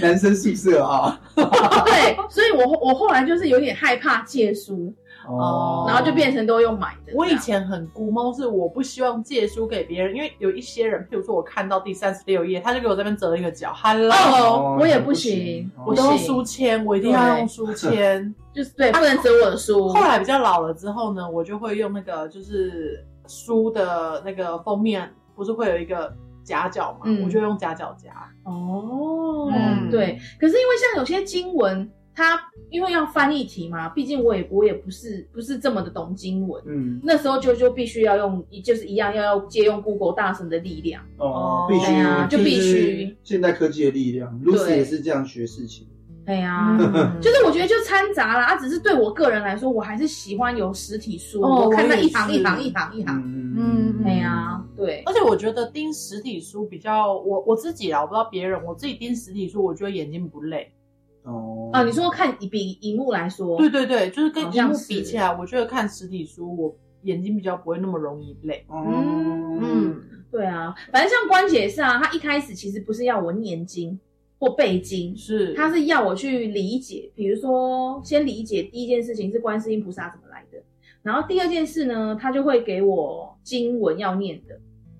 [SPEAKER 1] 男生宿舍啊，
[SPEAKER 4] 对，所以我我后来就是有点害怕借书，
[SPEAKER 2] 哦
[SPEAKER 4] 然后就变成都用买的。
[SPEAKER 2] 我
[SPEAKER 4] 这
[SPEAKER 2] 以
[SPEAKER 4] 样
[SPEAKER 2] 前很估猫，是我不希望借书给别人，因为有一些人，譬如说我看到第三十六页，他就给我这边折一个角，Hello，、
[SPEAKER 4] 哦，我也不
[SPEAKER 1] 行
[SPEAKER 4] 行，，
[SPEAKER 2] 我都
[SPEAKER 4] 不
[SPEAKER 2] 用
[SPEAKER 4] 行
[SPEAKER 2] 书签，我一定要用书签。
[SPEAKER 4] 就是对，不能折 我的书
[SPEAKER 2] 后。来比较老了之后呢，我就会用那个就是书的那个封面，不是会有一个夹角嘛，
[SPEAKER 4] 嗯
[SPEAKER 2] 我就用夹角 夹。
[SPEAKER 4] 哦
[SPEAKER 2] 嗯
[SPEAKER 4] 对。可是因为像有些经文，它因为要翻译题嘛，毕竟我也我也不是不是这么的懂经文。
[SPEAKER 1] 嗯，
[SPEAKER 4] 那时候就就必须要用，就是一样要要借用 Google 大神的力量，
[SPEAKER 1] 哦
[SPEAKER 2] 哦，
[SPEAKER 1] 必须
[SPEAKER 4] 对啊就必须
[SPEAKER 1] 现代科技的力量，Lucy 也是这样学事情。
[SPEAKER 4] 对哎呀、
[SPEAKER 2] 嗯
[SPEAKER 4] 就是我觉得就掺杂啦，啊，只是对我个人来说，我还是喜欢有实体书，
[SPEAKER 2] 哦
[SPEAKER 4] 我看
[SPEAKER 2] 我
[SPEAKER 4] 那
[SPEAKER 2] 也
[SPEAKER 4] 一行
[SPEAKER 2] 是
[SPEAKER 4] 一行一行一行，
[SPEAKER 1] 嗯
[SPEAKER 4] 对呀、对，
[SPEAKER 2] 而且我觉得盯实体书比较，我我自己啦，我不知道别人，我自己盯实体书，我觉得眼睛不累。
[SPEAKER 1] 哦
[SPEAKER 4] 啊，你说看一比荧幕来说，
[SPEAKER 2] 对对对，就是跟
[SPEAKER 4] 好
[SPEAKER 2] 荧
[SPEAKER 4] 像
[SPEAKER 2] 幕
[SPEAKER 4] 是
[SPEAKER 2] 比起来，我觉得看实体书，我眼睛比较不会那么容易累。
[SPEAKER 1] 嗯
[SPEAKER 2] 嗯，
[SPEAKER 4] 对啊，反正像关姐也是啊，她一开始其实不是要我念经或背经，
[SPEAKER 2] 是，
[SPEAKER 4] 她是要我去理解，比如说先理解第一件事情是观世音菩萨怎么来的，然后第二件事呢，她就会给我经文要念的，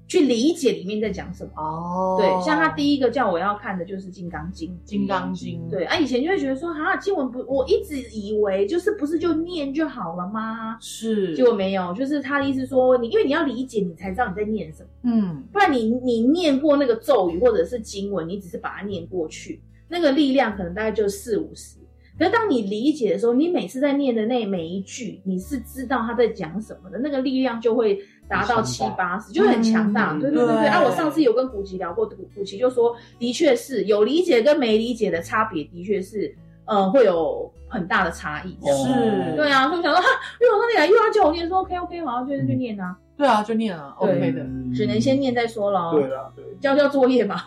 [SPEAKER 4] 去理解里面在讲什么。
[SPEAKER 2] 哦，
[SPEAKER 4] 对，像她第一个叫我要看的就是《金刚经》。
[SPEAKER 2] 《金刚经》，
[SPEAKER 4] 对，啊，以前就会觉得说，啊，经文不，我一直以为就是不是就念就好了吗？
[SPEAKER 2] 是，
[SPEAKER 4] 结果没有，就是他的意思说，你因为你要理解，你才知道你在念什么，
[SPEAKER 2] 嗯，
[SPEAKER 4] 不然你你念过那个咒语或者是经文，你只是把它念过去，那个力量可能大概就四五十。可是当你理解的时候，你每次在念的那每一句，你是知道他在讲什么的，那个力量就会达到
[SPEAKER 1] 很
[SPEAKER 4] 七
[SPEAKER 1] 强大
[SPEAKER 4] 八十，就会很强大。
[SPEAKER 1] 嗯
[SPEAKER 4] 对对对对。
[SPEAKER 2] 对
[SPEAKER 4] 啊，我上次有跟古奇聊过，古古奇就说，的确是有理解跟没理解的差别，的确是。呃会有很大的差异。
[SPEAKER 1] 哦
[SPEAKER 2] 是
[SPEAKER 4] 对啊，所以我想说，哈，因为我说你来又要叫我念，说 OK OK，我要就是
[SPEAKER 1] 嗯
[SPEAKER 4] 去念啊，
[SPEAKER 2] 对啊，就念啊
[SPEAKER 4] 对嗯
[SPEAKER 2] ，OK 的。
[SPEAKER 4] 只能先念再说了。
[SPEAKER 1] 对，啦，对
[SPEAKER 4] 交交作业嘛。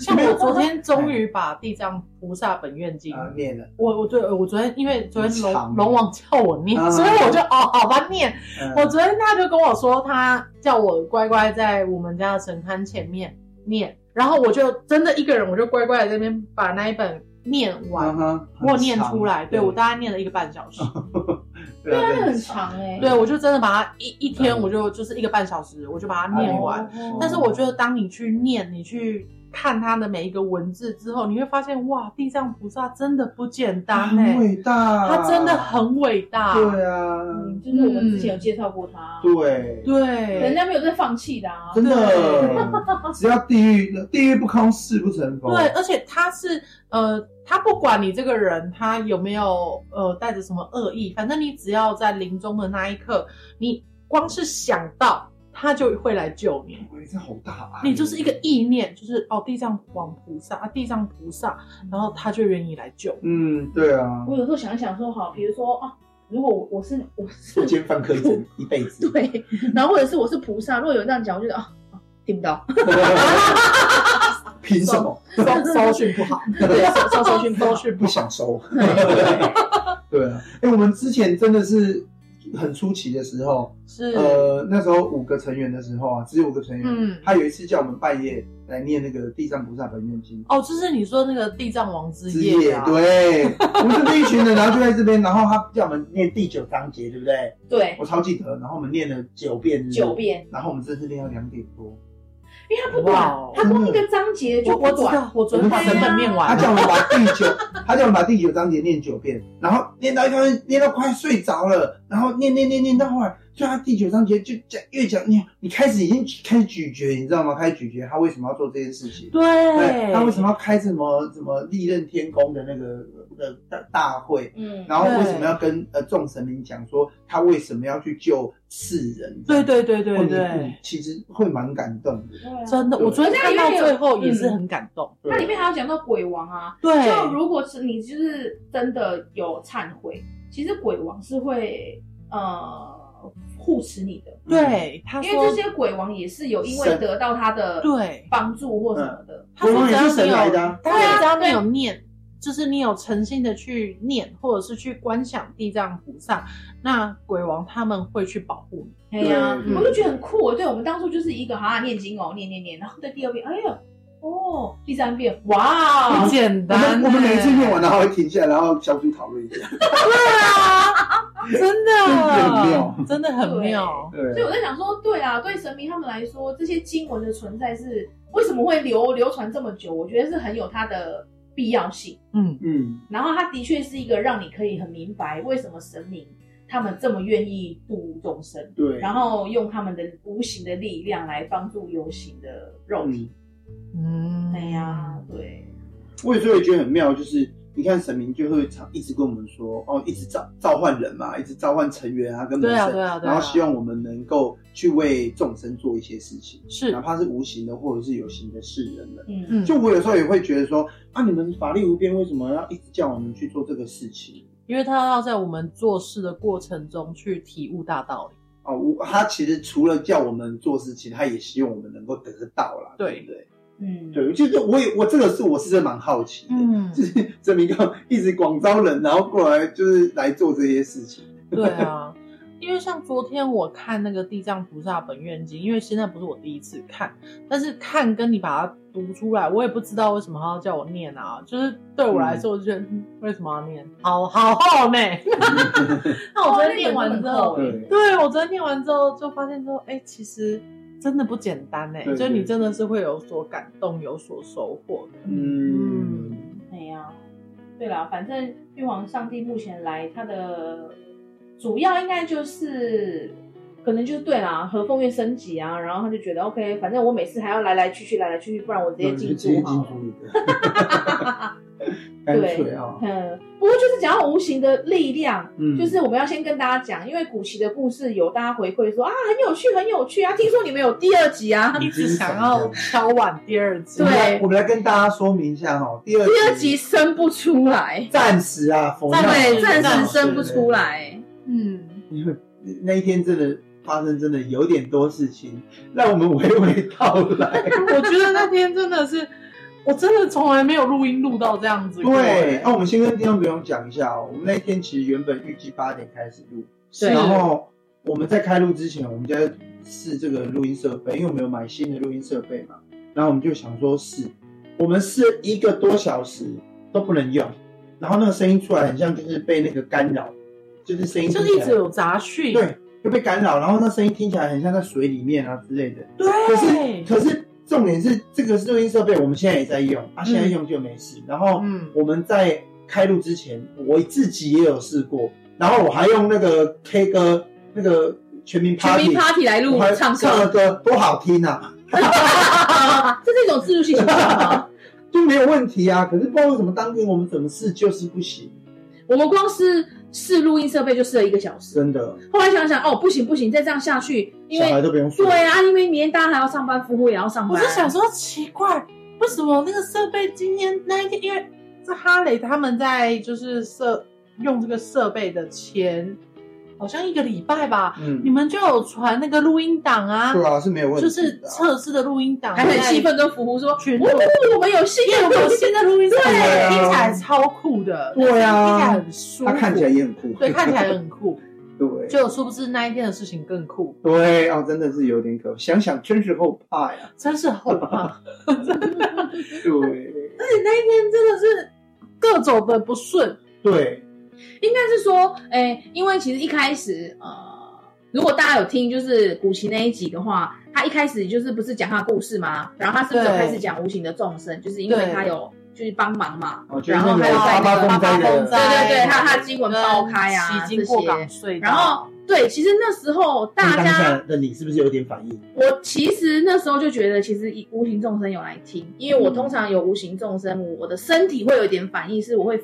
[SPEAKER 2] 像我昨天终于把《地藏菩萨本愿经》
[SPEAKER 1] 啊，念了，
[SPEAKER 2] 我我对我昨天因为昨天
[SPEAKER 1] 很长
[SPEAKER 2] 龙龙王叫我念，
[SPEAKER 1] 啊
[SPEAKER 2] 所以我就哦好吧念。
[SPEAKER 1] 嗯
[SPEAKER 2] 我昨天他就跟我说，他叫我乖乖在我们家的神龛前面念，然后我就真的一个人，我就乖乖的那边把那一本念
[SPEAKER 1] 啊
[SPEAKER 2] 完，
[SPEAKER 1] 哈
[SPEAKER 2] 我念出来，
[SPEAKER 1] 很长嗯
[SPEAKER 2] 对我大概念了一个半小时，
[SPEAKER 1] 对啊，
[SPEAKER 4] 那
[SPEAKER 1] 对
[SPEAKER 4] 很长哎、
[SPEAKER 2] 对我就真的把它一一天
[SPEAKER 1] 嗯
[SPEAKER 2] 我就就是一个半小时，我就把它念完。
[SPEAKER 4] 哦
[SPEAKER 2] 但是我觉得，当你去念，你去看它的每一个文字之后，你会发现，哇，地藏菩萨真的不简单呢、
[SPEAKER 1] 很伟大，
[SPEAKER 2] 他真的很伟大。
[SPEAKER 1] 对啊，
[SPEAKER 4] 嗯，就是我们之前有介绍过他，啊
[SPEAKER 1] 对，
[SPEAKER 4] 人
[SPEAKER 2] 对，
[SPEAKER 4] 家没有在放弃的啊。
[SPEAKER 1] 真的，只要地狱地狱不空，誓不成佛。
[SPEAKER 2] 对，而且他是呃，他不管你这个人他有没有呃带着什么恶意，反正你只要在临终的那一刻，你光是想到他就会来救你。
[SPEAKER 1] 哇，你这好大爱，
[SPEAKER 2] 你就是一个意念，就是哦，地藏王菩萨啊，地藏菩萨，然后他就愿意来 救你。
[SPEAKER 1] 嗯，对啊，
[SPEAKER 4] 我有时候想一想说，好，比如说啊，如果我我是我是
[SPEAKER 1] 作奸犯科一整一辈子，
[SPEAKER 4] 对，然后或者是我是菩萨，如果有这样讲，我就觉得啊啊听不到，
[SPEAKER 1] 凭什么
[SPEAKER 2] 搜搜寻不好，
[SPEAKER 4] 对，搜搜寻
[SPEAKER 2] 搜
[SPEAKER 4] 不
[SPEAKER 2] 寻
[SPEAKER 1] 不
[SPEAKER 2] 不好。
[SPEAKER 1] 想收？
[SPEAKER 4] 对
[SPEAKER 1] 对啊，哎，我们之前真的是很出奇的时候，
[SPEAKER 2] 是，
[SPEAKER 1] 呃，那时候五个成员的时候啊，只有五个成员，
[SPEAKER 2] 嗯
[SPEAKER 1] 他有一次叫我们半夜来念那个《地藏菩萨本愿经》。
[SPEAKER 2] 哦，就是你说那个地藏王之
[SPEAKER 1] 之
[SPEAKER 2] 夜
[SPEAKER 1] 夜，
[SPEAKER 2] 啊，
[SPEAKER 1] 对，我们这边一群人，然后就在这边，然后他叫我们念第九章节，对不对？
[SPEAKER 4] 对
[SPEAKER 1] 我超记得，然后我们念了九
[SPEAKER 2] 嗯
[SPEAKER 1] 遍，
[SPEAKER 4] 九，遍，
[SPEAKER 1] 然后我们真是念到两点多，
[SPEAKER 4] 因为他不短
[SPEAKER 2] 哇哦，嗯
[SPEAKER 4] 他光一个章节就
[SPEAKER 2] 我我
[SPEAKER 4] 不
[SPEAKER 2] 知
[SPEAKER 4] 短，
[SPEAKER 2] 道，我昨天把整本念
[SPEAKER 1] 他
[SPEAKER 2] 完
[SPEAKER 1] 叫
[SPEAKER 2] 了。
[SPEAKER 1] 我们把第九，他叫我们把第九章节念九遍，然后念到一半，念到快睡着了，然后念念念念到后来，就他第九章节就讲越讲越，你开始已经开始咀嚼，你知道吗？开始咀嚼他为什么要做这件事情。
[SPEAKER 2] 对，
[SPEAKER 1] 对，他为什么要开什么什么历任天宫的那个呃大大会？
[SPEAKER 4] 嗯，
[SPEAKER 1] 然后为什么要跟呃众神明讲说他为什么要去救世人？
[SPEAKER 2] 对对对对
[SPEAKER 1] 哦你你
[SPEAKER 2] 对，
[SPEAKER 1] 其实会蛮感动的。
[SPEAKER 4] 对啊
[SPEAKER 2] 真的，我昨天看到最后也是很感动。
[SPEAKER 4] 它里面还要讲到鬼王啊，
[SPEAKER 2] 对，
[SPEAKER 4] 就如果是你就是真的有忏悔，其实鬼王是会呃护持你的，
[SPEAKER 2] 对，他
[SPEAKER 4] 因为
[SPEAKER 2] 说
[SPEAKER 4] 这些鬼王也是有因为
[SPEAKER 1] 神
[SPEAKER 4] 得到他的
[SPEAKER 2] 对，
[SPEAKER 4] 帮助或什么的，
[SPEAKER 2] 他说只
[SPEAKER 1] 也是
[SPEAKER 2] 要
[SPEAKER 1] 神
[SPEAKER 2] 你
[SPEAKER 1] 来的
[SPEAKER 2] 有
[SPEAKER 1] 啊，
[SPEAKER 2] 他说只要你
[SPEAKER 4] 对
[SPEAKER 2] 有念，就是你有诚心的去念，或者是去观想地藏菩萨，那鬼王他们会去保护你。
[SPEAKER 4] 哎呀、
[SPEAKER 1] 对
[SPEAKER 4] 我就觉得很酷。对我们当初就是一个啊念经哦，念念念，然后在第二遍，哎呀，哦，第三遍，哇哦
[SPEAKER 2] 不，简
[SPEAKER 1] 我
[SPEAKER 2] 单欸，
[SPEAKER 1] 们我们每一次念完，然后会停下来，然后小组讨论一下。
[SPEAKER 4] 啊
[SPEAKER 2] 真
[SPEAKER 1] 真的很
[SPEAKER 2] 的
[SPEAKER 1] 妙，
[SPEAKER 2] 真的很妙。
[SPEAKER 4] 所以
[SPEAKER 1] 对，
[SPEAKER 4] 我在想说，对啊，对神明他们来说，这些经文的存在是为什么会流流传这么久？我觉得是很有它的必要性。
[SPEAKER 2] 嗯，
[SPEAKER 1] 嗯，
[SPEAKER 4] 然后它的确是一个让你可以很明白为什么神明他们这么愿意度众生，
[SPEAKER 1] 对。
[SPEAKER 4] 然后用他们的无形的力量来帮助有形的肉体。
[SPEAKER 2] 嗯，
[SPEAKER 4] 哎呀，对，
[SPEAKER 1] 我有时候也觉得很妙，就是你看神明就会常一直跟我们说，哦，一直召召唤人嘛，一直召唤成员啊，跟门
[SPEAKER 2] 对啊，
[SPEAKER 1] 生，
[SPEAKER 2] 对啊，对啊，
[SPEAKER 1] 然后希望我们能够去为众生做一些事情，
[SPEAKER 2] 是
[SPEAKER 1] 哪怕是无形的或者是有形的世人们。
[SPEAKER 4] 嗯
[SPEAKER 2] 嗯
[SPEAKER 1] 就我有时候也会觉得说，啊，你们法力无边，为什么要一直叫我们去做这个事情？
[SPEAKER 2] 因为他要在我们做事的过程中去体悟大道理。
[SPEAKER 1] 哦，我他其实除了叫我们做事情，他也希望我们能够得到啦，
[SPEAKER 2] 对
[SPEAKER 1] 对不对？
[SPEAKER 4] 嗯，
[SPEAKER 1] 对，就是我也我这个是我是真的蛮好奇的，
[SPEAKER 2] 嗯
[SPEAKER 1] 就，是证明刚 一直广招人，然后过来就是来做这些事情。
[SPEAKER 2] 对啊，因为像昨天我看那个《地藏菩萨本愿经》，因为现在不是我第一次看，但是看跟你把它读出来，我也不知道为什么他要叫我念啊，就是对我来说，我就觉得、嗯为什么要念，好好厚呢。 那我昨天念完之后，
[SPEAKER 1] 对，
[SPEAKER 2] 对我昨天念完之后就发现说，哎、其实真的不简单哎、
[SPEAKER 1] 对
[SPEAKER 2] 就是
[SPEAKER 1] 对
[SPEAKER 2] 你真的是会有所感动，有所收获的。
[SPEAKER 1] 嗯，
[SPEAKER 4] 哎呀，对啦，反正玉皇上帝目前来，他的主要应该就是，可能就是对啦，和风月升级啊，然后他就觉得 OK，反正
[SPEAKER 1] 嗯
[SPEAKER 4] 我每次还要来来去去，来来去去，不然我直接进
[SPEAKER 1] 直接
[SPEAKER 4] 驻
[SPEAKER 1] 进
[SPEAKER 4] 好了。
[SPEAKER 1] 驻一个。 干脆啊，
[SPEAKER 4] 嗯，不过就是讲到无形的力量，
[SPEAKER 1] 嗯
[SPEAKER 4] 就是我们要先跟大家讲，因为古奇的故事有大家回馈说啊很有趣，很有趣啊，听说你们有第二集啊，
[SPEAKER 2] 一
[SPEAKER 1] 已
[SPEAKER 2] 直
[SPEAKER 1] 经
[SPEAKER 2] 想要敲碗第二集。
[SPEAKER 1] 我们来
[SPEAKER 4] 对
[SPEAKER 1] 我们来跟大家说明一下哦，第二
[SPEAKER 4] 第二集生不出来，
[SPEAKER 1] 暂时啊，否
[SPEAKER 2] 暂时
[SPEAKER 4] 对，暂
[SPEAKER 2] 暂
[SPEAKER 4] 时生不出。来，
[SPEAKER 2] 嗯，
[SPEAKER 1] 因为那一天真的发生真的有点多事情，让我们娓娓道来。
[SPEAKER 2] 我觉得那天真的是，我真的从来没有录音录到这样子过。
[SPEAKER 1] 对，那、我们先跟听众朋友讲一下哦，我们那一天其实原本预计八点开始录，
[SPEAKER 4] 对
[SPEAKER 1] 然后我们在开录之前，我们就在试这个录音设备，因为我们有买新的录音设备嘛，然后我们就想说试，我们试了一个多小时都不能用，然后那个声音出来很像就是被那个干扰，就是声音
[SPEAKER 2] 就
[SPEAKER 1] 听
[SPEAKER 2] 是
[SPEAKER 1] 起
[SPEAKER 2] 一
[SPEAKER 1] 来
[SPEAKER 2] 直有杂讯。
[SPEAKER 1] 对，就被干扰，然后那声音听起来很像在水里面啊之类的。可是
[SPEAKER 2] 对，
[SPEAKER 1] 可是重点是这个录音设备我们现在也在用啊，现在用就没事。然后
[SPEAKER 2] 嗯
[SPEAKER 1] 我们在开录之前，我自己也有试过，然后我还用那个 K 歌那个全民
[SPEAKER 4] 全
[SPEAKER 1] Party，
[SPEAKER 4] 民 party 来录
[SPEAKER 1] 我还
[SPEAKER 4] 唱
[SPEAKER 1] 唱了
[SPEAKER 4] 歌，
[SPEAKER 1] 歌，多好听啊，
[SPEAKER 4] 这是一种自律性行销吗？
[SPEAKER 1] 就没有问题啊。可是不知道为什么当天我们怎么试就是不行，
[SPEAKER 4] 我们光是试录音设备就试了一个小时，
[SPEAKER 1] 真的，
[SPEAKER 4] 后来想想哦不行不行，再这样下去，因
[SPEAKER 1] 小
[SPEAKER 4] 为
[SPEAKER 1] 孩都不用说。
[SPEAKER 4] 对啊，因为明天大家还要上班，夫妇也要上班，
[SPEAKER 2] 我就想说奇怪，为什么那个设备今天那一天，因为这哈雷他们在就是设用这个设备的前，好像一个礼拜吧，你
[SPEAKER 1] 嗯，
[SPEAKER 2] 们就有传那个录音档啊，
[SPEAKER 1] 对啊，是没有问题
[SPEAKER 2] 就
[SPEAKER 1] 的啊，
[SPEAKER 2] 是测试的录音档，
[SPEAKER 4] 还很气。愤跟服务说，
[SPEAKER 2] 群
[SPEAKER 4] 哦
[SPEAKER 2] 众，
[SPEAKER 4] 我们有新
[SPEAKER 2] 因为
[SPEAKER 4] 的
[SPEAKER 2] 我们
[SPEAKER 4] 东
[SPEAKER 2] 有
[SPEAKER 4] 西，
[SPEAKER 2] 新的录音设备，
[SPEAKER 1] 对啊
[SPEAKER 2] 听起来超酷的，
[SPEAKER 1] 对啊
[SPEAKER 2] 听起来很舒服，
[SPEAKER 1] 他看起来也很酷，
[SPEAKER 2] 对，看起来很酷，
[SPEAKER 1] 对，
[SPEAKER 2] 就殊不知那一天的事情更酷，
[SPEAKER 1] 对哦，真的是有点可想想真是后怕呀。
[SPEAKER 2] 真是后怕，
[SPEAKER 1] 对
[SPEAKER 4] 而且那一天真的是，
[SPEAKER 2] 各种的不顺，
[SPEAKER 1] 对，
[SPEAKER 4] 应该是说，哎、因为其实一开始，呃，如果大家有听就是古奇那一集的话，他一开始就是不是讲他的故事吗？然后他是不是有
[SPEAKER 2] 对
[SPEAKER 4] 开始讲无形的众生，就是因为
[SPEAKER 2] 对
[SPEAKER 4] 他有去帮忙嘛
[SPEAKER 1] 哦，就是
[SPEAKER 4] 然后
[SPEAKER 1] 那
[SPEAKER 4] 还
[SPEAKER 1] 个
[SPEAKER 4] 有
[SPEAKER 1] 八
[SPEAKER 4] 在
[SPEAKER 1] 八
[SPEAKER 4] 那个
[SPEAKER 1] 风灾的
[SPEAKER 4] 对对对，他他新闻爆开啊
[SPEAKER 2] 洗
[SPEAKER 4] 这
[SPEAKER 2] 经过
[SPEAKER 4] 些
[SPEAKER 2] 港。隧道，
[SPEAKER 4] 然后对，其实那时候大
[SPEAKER 1] 那当
[SPEAKER 4] 家
[SPEAKER 1] 下的你是不是有点反应？
[SPEAKER 4] 我其实那时候就觉得，其实无形众生有来听，因为我通常有无形众生，我的身体会有一点反应，是我会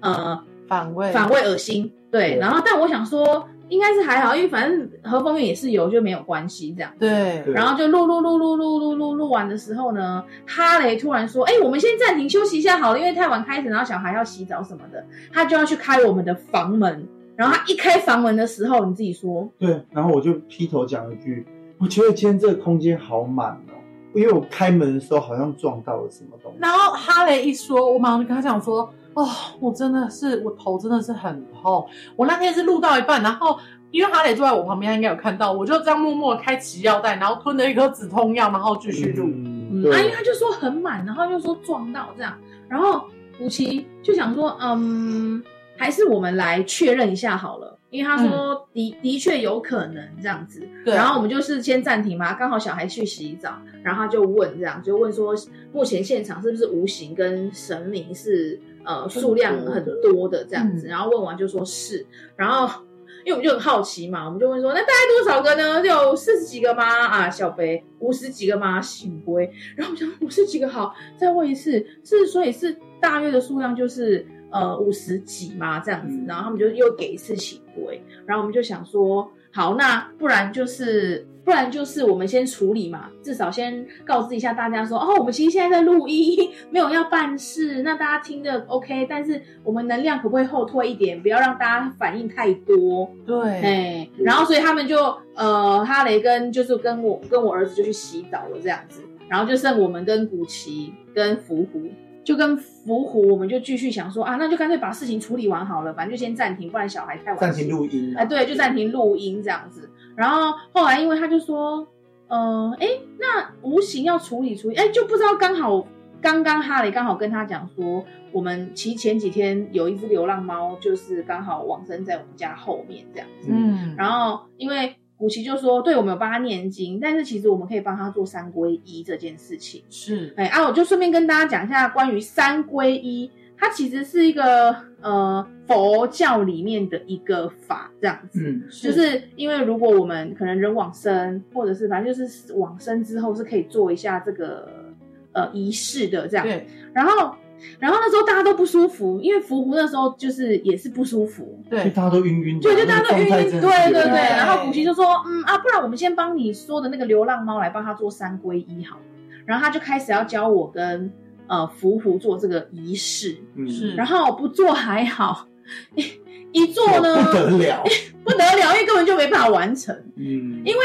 [SPEAKER 4] 呃
[SPEAKER 2] 反胃，
[SPEAKER 4] 反胃、恶心，对。
[SPEAKER 1] 对
[SPEAKER 4] 然后，但我想说，应该是还好，因为反正和风院也是有，就没有关系这样。
[SPEAKER 2] 对
[SPEAKER 1] 对
[SPEAKER 4] 然后就录录录录录录录录完的时候呢，哈雷突然说：“哎、我们先暂停休息一下好了，因为太晚开始，然后小孩要洗澡什么的，他就要去开我们的房门。”然后他一开房门的时候，你自己说，
[SPEAKER 1] 对，然后我就劈头讲了一句，我觉得今天这个空间好满哦，因为我开门的时候好像撞到了什么东西。
[SPEAKER 2] 然后哈雷一说，我马上就跟他讲说，哦，我真的是我头真的是很痛，我那天是录到一半，然后。因为哈雷坐在我旁边，他应该有看到，我就这样默默地开脐腰带，然后吞了一颗止痛药，然后继续录。
[SPEAKER 1] 嗯
[SPEAKER 4] 啊，因为
[SPEAKER 1] 对，
[SPEAKER 4] 他就说很满，然后又说撞到这样，然后古奇就想说，嗯，还是我们来确认一下好了，因为他说的、的确有可能这样子，
[SPEAKER 2] 对
[SPEAKER 4] 然后我们就是先暂停嘛，刚好小孩去洗澡，然后他就问这样，就问说目前现场是不是无形跟神明是呃数量很多的这样子，
[SPEAKER 2] 嗯
[SPEAKER 4] 然后问完就说是，然后。因为我们就很好奇嘛，我们就问说，那大概多少个呢？有四十几个吗？啊，小杯五十几个吗？醒杯，然后我们想五十几个好，再问一次，是所以是大约的数量就是呃五十几嘛这样子，
[SPEAKER 1] 嗯
[SPEAKER 4] 然后他们就又给一次醒杯，然后我们就想说，好，那不然就是不然就是我们先处理嘛，至少先告知一下大家说，哦，我们其实现在在录音，没有要办事，那大家听的 OK，但是我们能量可不可以后退一点，不要让大家反应太多，哎、
[SPEAKER 2] 对，
[SPEAKER 4] 然后所以他们就呃，哈雷跟就是跟我跟我儿子就去洗澡了这样子，然后就剩我们跟古奇跟福虎，就跟福虎，我们就继续想说啊，那就干脆把事情处理完好了，反正就先暂停，不然小孩太晚
[SPEAKER 1] 暂停
[SPEAKER 4] 醒
[SPEAKER 1] 录音啊
[SPEAKER 4] 哎，对，就暂停录音这样子。然后后来因为他就说，呃，哎，那无形要处理处理，哎，就不知道刚好刚刚哈雷刚好跟他讲说，我们其实前几天有一只流浪猫，就是刚好往生在我们家后面这样子。
[SPEAKER 2] 嗯，
[SPEAKER 4] 然后因为古奇就说，对我们有帮他念经，但是其实我们可以帮他做三皈依这件事情。
[SPEAKER 2] 是
[SPEAKER 4] 哎啊，我就顺便跟大家讲一下关于三皈依，它其实是一个呃佛教里面的一个法，这样子。
[SPEAKER 1] 嗯，
[SPEAKER 4] 就是因为如果我们可能人往生，或者是反正就是往生之后是可以做一下这个呃仪式的这样。
[SPEAKER 2] 对，
[SPEAKER 4] 然后然后那时候大家都不舒服，因为福湖那时候就是也是不舒服，
[SPEAKER 2] 对，
[SPEAKER 1] 大家都晕晕的，
[SPEAKER 4] 对，就大家都晕晕，
[SPEAKER 1] 那个
[SPEAKER 4] 对
[SPEAKER 1] 状态真的
[SPEAKER 4] 对
[SPEAKER 1] 是
[SPEAKER 4] 对。
[SPEAKER 1] 有点
[SPEAKER 4] 然后古奇就说，嗯啊，不然我们先帮你说的那个流浪猫来帮他做三皈依好了。然后他就开始要教我跟呃福湖做这个仪式，
[SPEAKER 1] 嗯
[SPEAKER 2] 是
[SPEAKER 4] 然后不做还好，一一做呢
[SPEAKER 1] 不得了，
[SPEAKER 4] 不得了，因为根本就没办法完成。
[SPEAKER 1] 嗯，
[SPEAKER 4] 因为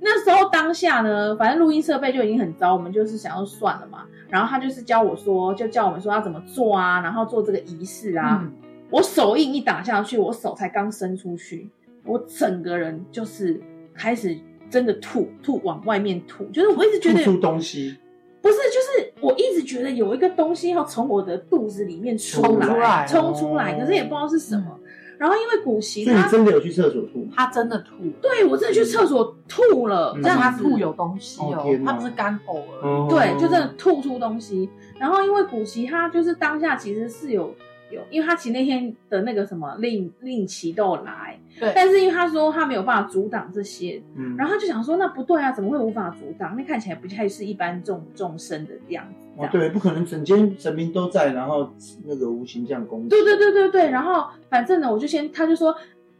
[SPEAKER 4] 那时候当下呢，反正录音设备就已经很糟，我们就是想要算了嘛。然后他就是教我说，就叫我们说要怎么做啊，然后做这个仪式啊。
[SPEAKER 2] 嗯
[SPEAKER 4] 我手印一打下去，我手才刚伸出去，我整个人就是开始真的吐吐往外面吐，就是我一直觉
[SPEAKER 1] 吐
[SPEAKER 4] 得
[SPEAKER 1] 出东西，
[SPEAKER 4] 不是，就是我一直觉得有一个东西要从我的肚子里面冲
[SPEAKER 1] 冲出
[SPEAKER 2] 来
[SPEAKER 4] 冲出来，
[SPEAKER 1] 哦
[SPEAKER 4] 可是也不知道是什么。然后因为古奇
[SPEAKER 1] 所以你
[SPEAKER 4] 他
[SPEAKER 1] 真的有去厕所吐吗？
[SPEAKER 2] 他真的吐了，
[SPEAKER 4] 对我真的去厕所吐了，
[SPEAKER 1] 嗯
[SPEAKER 4] 这
[SPEAKER 2] 但他
[SPEAKER 4] 样子
[SPEAKER 2] 吐有东西
[SPEAKER 1] 哦
[SPEAKER 2] 哦
[SPEAKER 1] 天，哪
[SPEAKER 2] 他不是干呕而已。
[SPEAKER 1] 哦
[SPEAKER 4] 对，就真的吐出东西。然后因为古奇他就是当下其实是有有，因为他其实那天的那个什么令令旗都有来，
[SPEAKER 2] 对
[SPEAKER 4] 但是因为他说他没有办法阻挡这些，
[SPEAKER 1] 嗯，
[SPEAKER 4] 然后他就想说那不对啊，怎么会无法阻挡？那看起来不太是一般众众生的样子。这
[SPEAKER 1] 哦
[SPEAKER 4] 样，
[SPEAKER 1] 对，不可能整间神明都在，然后那个无形这样攻击，
[SPEAKER 4] 对对对对对，然后反正呢，我就先他就说。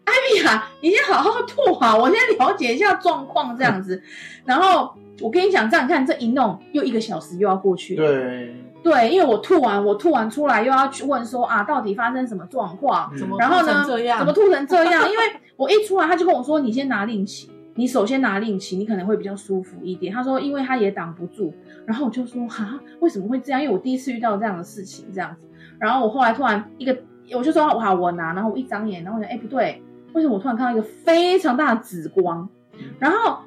[SPEAKER 4] 艾米啊，你先好好吐啊，我先了解一下状况这样子。然后我跟你讲，这样你看这一弄又一个小时又要过去了，
[SPEAKER 1] 对，
[SPEAKER 4] 对，因为我吐完，我吐完出来又要去问说啊，到底发生什么状况？
[SPEAKER 1] 嗯
[SPEAKER 2] 怎么
[SPEAKER 4] 然后
[SPEAKER 2] 吐
[SPEAKER 4] 呢，
[SPEAKER 2] 成这样
[SPEAKER 4] 怎么吐成这样？因为我一出来，他就跟我说，你先拿令旗，你首先拿令旗，你可能会比较舒服一点。他说，因为他也挡不住。然后我就说，哈，为什么会这样？因为我第一次遇到这样的事情，这样子。然后我后来突然一个，我就说，哇，我拿。然后我一张眼，然后我想，哎，不对，为什么我突然看到一个非常大的紫光？然后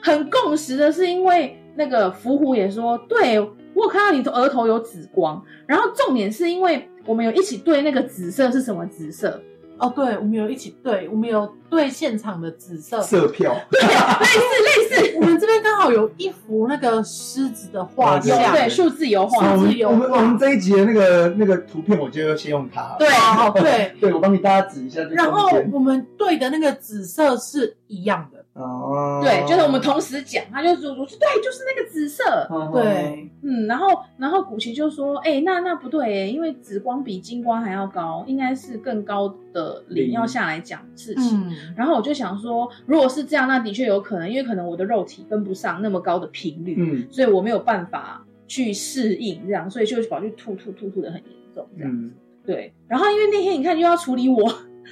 [SPEAKER 4] 很共识的是，因为那个伏虎也说，对我有看到你的额头有紫光。然后重点是因为我们有一起对那个紫色是什么紫色，
[SPEAKER 2] 哦，对，我们有一起，对我们有对现场的紫 色，
[SPEAKER 1] 色票，
[SPEAKER 4] 类似类似，
[SPEAKER 2] 我们这边刚好有一幅那个狮子的
[SPEAKER 1] 有
[SPEAKER 2] 画
[SPEAKER 4] 哦有
[SPEAKER 2] 像，
[SPEAKER 4] 对数字油
[SPEAKER 1] 我
[SPEAKER 4] 画，
[SPEAKER 2] 数
[SPEAKER 1] 们
[SPEAKER 2] 字油
[SPEAKER 1] 我们
[SPEAKER 2] 画
[SPEAKER 1] 我们这一集的那个那个图片，我觉得先用它，
[SPEAKER 4] 对
[SPEAKER 2] 哦对，
[SPEAKER 1] 对，我帮你大家指一下这
[SPEAKER 2] 然后
[SPEAKER 1] 中间，
[SPEAKER 2] 我们对的那个紫色是一样的，
[SPEAKER 1] 哦，
[SPEAKER 4] 对，就是我们同时讲，他就说，我说对，就是那个紫色，
[SPEAKER 1] 哦，
[SPEAKER 2] 对，
[SPEAKER 4] 嗯，然后然后古奇就说，哎、那那不对、欸，因为紫光比金光还要高，应该是更高的
[SPEAKER 1] 零
[SPEAKER 4] 零要下来讲事情。
[SPEAKER 2] 嗯，
[SPEAKER 4] 然后我就想说，如果是这样，那的确有可能，因为可能我的肉体跟不上那么高的频率，
[SPEAKER 1] 嗯
[SPEAKER 4] 所以我没有办法去适应这样，所以就跑去吐吐吐吐的很严重这样。
[SPEAKER 1] 嗯，
[SPEAKER 4] 对，然后因为那天你看又要处理我，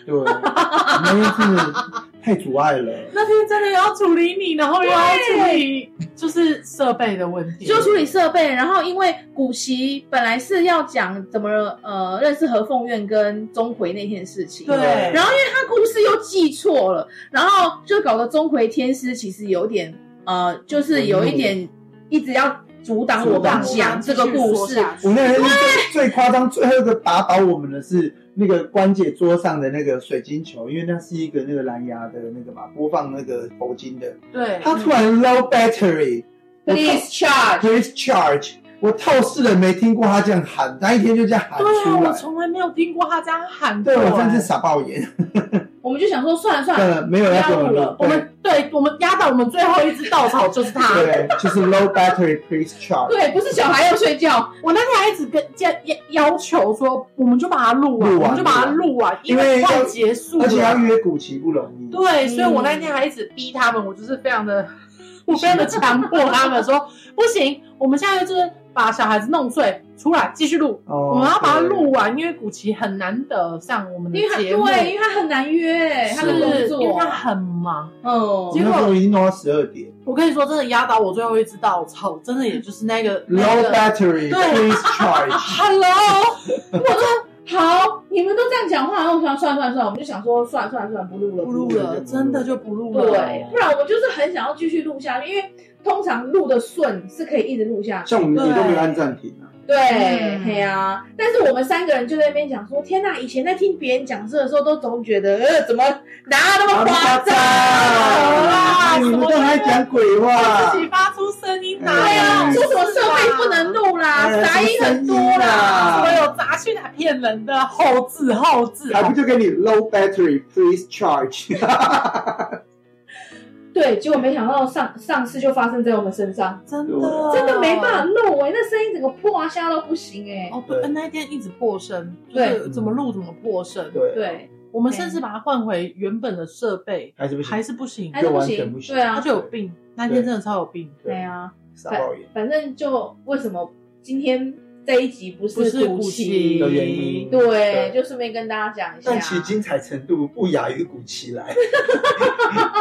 [SPEAKER 1] 对，那一次太阻碍了，
[SPEAKER 2] 那天真的要处理你，然后又要处理就是设备的问题，
[SPEAKER 4] 就处理设备，然后因为古奇本来是要讲怎么呃认识何凤苑跟钟馗那天的事情，
[SPEAKER 2] 对
[SPEAKER 4] 然后因为他故事又记错了，然后就搞得钟馗天师其实有点呃，就是有一点一直要阻挡我
[SPEAKER 1] 阻挡
[SPEAKER 4] 们
[SPEAKER 1] 我们
[SPEAKER 4] 讲这个故事，
[SPEAKER 1] 我们那天最最夸张，最后一个打倒我们的是那个关姐桌上的那个水晶球，因为那是一个那个蓝牙的那个嘛，播放那个佛经的，
[SPEAKER 2] 对，
[SPEAKER 1] 它突然 low battery。
[SPEAKER 4] Please charge
[SPEAKER 1] Please charge。我透视了没听过他这样喊，他一天就这样喊
[SPEAKER 2] 对啊，
[SPEAKER 1] 出
[SPEAKER 2] 我
[SPEAKER 1] 来，
[SPEAKER 2] 从来没有听过他这样喊过，
[SPEAKER 1] 对我真
[SPEAKER 2] 哎
[SPEAKER 1] 是傻爆眼。
[SPEAKER 4] 我们就想说算了算了，
[SPEAKER 1] 呃，没有
[SPEAKER 4] 不
[SPEAKER 1] 要
[SPEAKER 4] 要
[SPEAKER 1] 给我
[SPEAKER 4] 录
[SPEAKER 1] 录
[SPEAKER 4] 了，
[SPEAKER 2] 我们对我们压倒我们最后一只稻草就是他。
[SPEAKER 1] 对，就是 low battery please charge。
[SPEAKER 4] 对，不是小孩要睡觉，
[SPEAKER 2] 我那天还一直跟要要要求说，我们就把它录完，
[SPEAKER 1] 录完
[SPEAKER 2] 我们就把它录完，
[SPEAKER 1] 因
[SPEAKER 2] 因
[SPEAKER 1] 为
[SPEAKER 2] 为快
[SPEAKER 1] 要
[SPEAKER 2] 结束了。
[SPEAKER 1] 而且要约古奇不容易。
[SPEAKER 2] 对，
[SPEAKER 4] 嗯
[SPEAKER 2] 所以我那天还一直逼他们，我就是非常的， 我非常的强迫他们说，不行，我们现在就是把小孩子弄睡出来继续录，
[SPEAKER 1] 哦，
[SPEAKER 2] 我们要把它录完，因为古奇很难得上我们的
[SPEAKER 4] 因为他
[SPEAKER 2] 节目，
[SPEAKER 4] 对，因为他很难约
[SPEAKER 2] 是
[SPEAKER 4] 他的工
[SPEAKER 2] 因为
[SPEAKER 4] 作
[SPEAKER 2] 他，很忙。
[SPEAKER 1] 对。
[SPEAKER 4] 嗯
[SPEAKER 1] 我们那时候已经弄到十二点
[SPEAKER 2] 我跟你说，真的压倒我最后一只稻草，真的也就是那个
[SPEAKER 4] 嗯
[SPEAKER 2] 那
[SPEAKER 1] ，low
[SPEAKER 2] 个
[SPEAKER 1] battery
[SPEAKER 2] 对
[SPEAKER 1] please charge。
[SPEAKER 2] Hello，
[SPEAKER 4] 好，你们都这样讲话，然后我想算了算了算了，我们就想说算了算了算了，不录了，
[SPEAKER 2] 不录了，真的就不录了。
[SPEAKER 4] 对，不然我就是很想要继续录下去，因为通常录的顺是可以一直录下去。
[SPEAKER 1] 像我们也都没
[SPEAKER 2] 对
[SPEAKER 1] 有按暂停啊，
[SPEAKER 4] 对，
[SPEAKER 2] 嗯
[SPEAKER 4] 嘿啊！但是我们三个人就在那边讲说，天呐，以前在听别人讲事的时候，都总觉得呃，怎么哪有那么夸张
[SPEAKER 2] 啊
[SPEAKER 1] 你们都还讲鬼话
[SPEAKER 2] 自，己发出声音
[SPEAKER 1] 哎
[SPEAKER 2] 哪
[SPEAKER 4] 对啊，
[SPEAKER 1] 呀
[SPEAKER 4] 说什么设备不能录啦，
[SPEAKER 1] 哎
[SPEAKER 4] 杂音啊很多
[SPEAKER 1] 什
[SPEAKER 4] 啦。
[SPEAKER 1] 么
[SPEAKER 2] 所有杂讯啊，骗人的后置后置，
[SPEAKER 4] 啊
[SPEAKER 1] 还不就给你 low battery please charge？
[SPEAKER 4] 对，结果没想到上上次就发生在我们身上，
[SPEAKER 2] 真
[SPEAKER 1] 的
[SPEAKER 4] 真的没办法弄哎、那声音整个破啊，吓到不行哎、
[SPEAKER 2] 哦，对，那一天一直破声，就是
[SPEAKER 4] 对
[SPEAKER 2] 怎么录怎么破声。
[SPEAKER 1] 对，
[SPEAKER 4] 对，
[SPEAKER 2] 我们甚至把它换回原本的设备，
[SPEAKER 1] 还是不行，
[SPEAKER 2] 还是不行，
[SPEAKER 4] 还是
[SPEAKER 1] 就
[SPEAKER 4] 不
[SPEAKER 1] 完全不
[SPEAKER 4] 行，
[SPEAKER 1] 行
[SPEAKER 4] 对
[SPEAKER 2] 他
[SPEAKER 4] 啊，
[SPEAKER 2] 就有病。那一天真的超有病，
[SPEAKER 1] 对
[SPEAKER 4] 对啊，
[SPEAKER 1] 傻爆眼。
[SPEAKER 4] 反正就为什么今天这一集不
[SPEAKER 2] 不是
[SPEAKER 4] 古
[SPEAKER 2] 骨
[SPEAKER 4] 奇？
[SPEAKER 1] 的原因对
[SPEAKER 4] 对，就顺便跟大家讲一下
[SPEAKER 1] 但，其精彩程度不亚于古奇 来，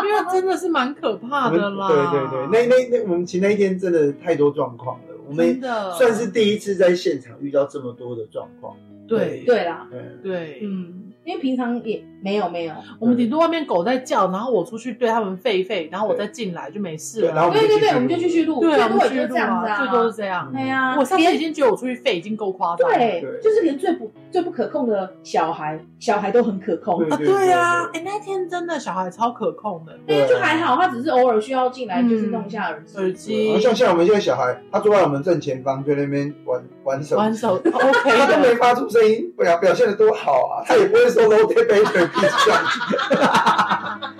[SPEAKER 2] 因为真的是蛮可怕
[SPEAKER 1] 我们
[SPEAKER 2] 的啦。
[SPEAKER 1] 对对对，那那那我们其实那一天真的太多状况了，我
[SPEAKER 2] 真
[SPEAKER 1] 们
[SPEAKER 2] 的
[SPEAKER 1] 算是第一次在现场遇到这么多的状况。
[SPEAKER 2] 对
[SPEAKER 4] 对啦，
[SPEAKER 1] 嗯，
[SPEAKER 2] 对，
[SPEAKER 4] 嗯，因为平常也没有没有，
[SPEAKER 2] 我们顶多外面狗在叫，然后我出去对它们吠一吠，然后我再进来就没事
[SPEAKER 1] 对，然后
[SPEAKER 2] 了。
[SPEAKER 1] 我们
[SPEAKER 4] 对对对，我们
[SPEAKER 1] 就
[SPEAKER 4] 就
[SPEAKER 1] 继
[SPEAKER 4] 继
[SPEAKER 1] 续
[SPEAKER 4] 续
[SPEAKER 1] 录，
[SPEAKER 4] 录，
[SPEAKER 2] 对
[SPEAKER 4] 最
[SPEAKER 2] 啊，
[SPEAKER 4] 多
[SPEAKER 2] 我
[SPEAKER 4] 也就
[SPEAKER 2] 们
[SPEAKER 4] 这
[SPEAKER 2] 去录
[SPEAKER 4] 样子
[SPEAKER 2] 啊，最多是这样。
[SPEAKER 4] 对啊，
[SPEAKER 2] 我上次已
[SPEAKER 4] 连
[SPEAKER 2] 经觉得我出去吠已经够夸张了。
[SPEAKER 4] 对
[SPEAKER 1] 对，
[SPEAKER 4] 就是连最不最不可控的小孩，小孩都很可控
[SPEAKER 1] 对。
[SPEAKER 2] 啊，对啊，
[SPEAKER 1] 对
[SPEAKER 2] 哎，那天真的小孩超可控的，
[SPEAKER 4] 那就还好，他只是偶尔需要进来，
[SPEAKER 2] 嗯
[SPEAKER 4] 就是弄一下耳机。
[SPEAKER 2] 耳
[SPEAKER 1] 啊对
[SPEAKER 2] 机
[SPEAKER 1] 然后像像我们现在小孩，他坐在我们正前方，在那边玩玩手
[SPEAKER 2] 玩
[SPEAKER 1] 机，
[SPEAKER 2] 手哦 OK
[SPEAKER 1] 他都
[SPEAKER 2] 的
[SPEAKER 1] 没，发出声音，表表现的多好啊！他也不会说 low t a b e t e r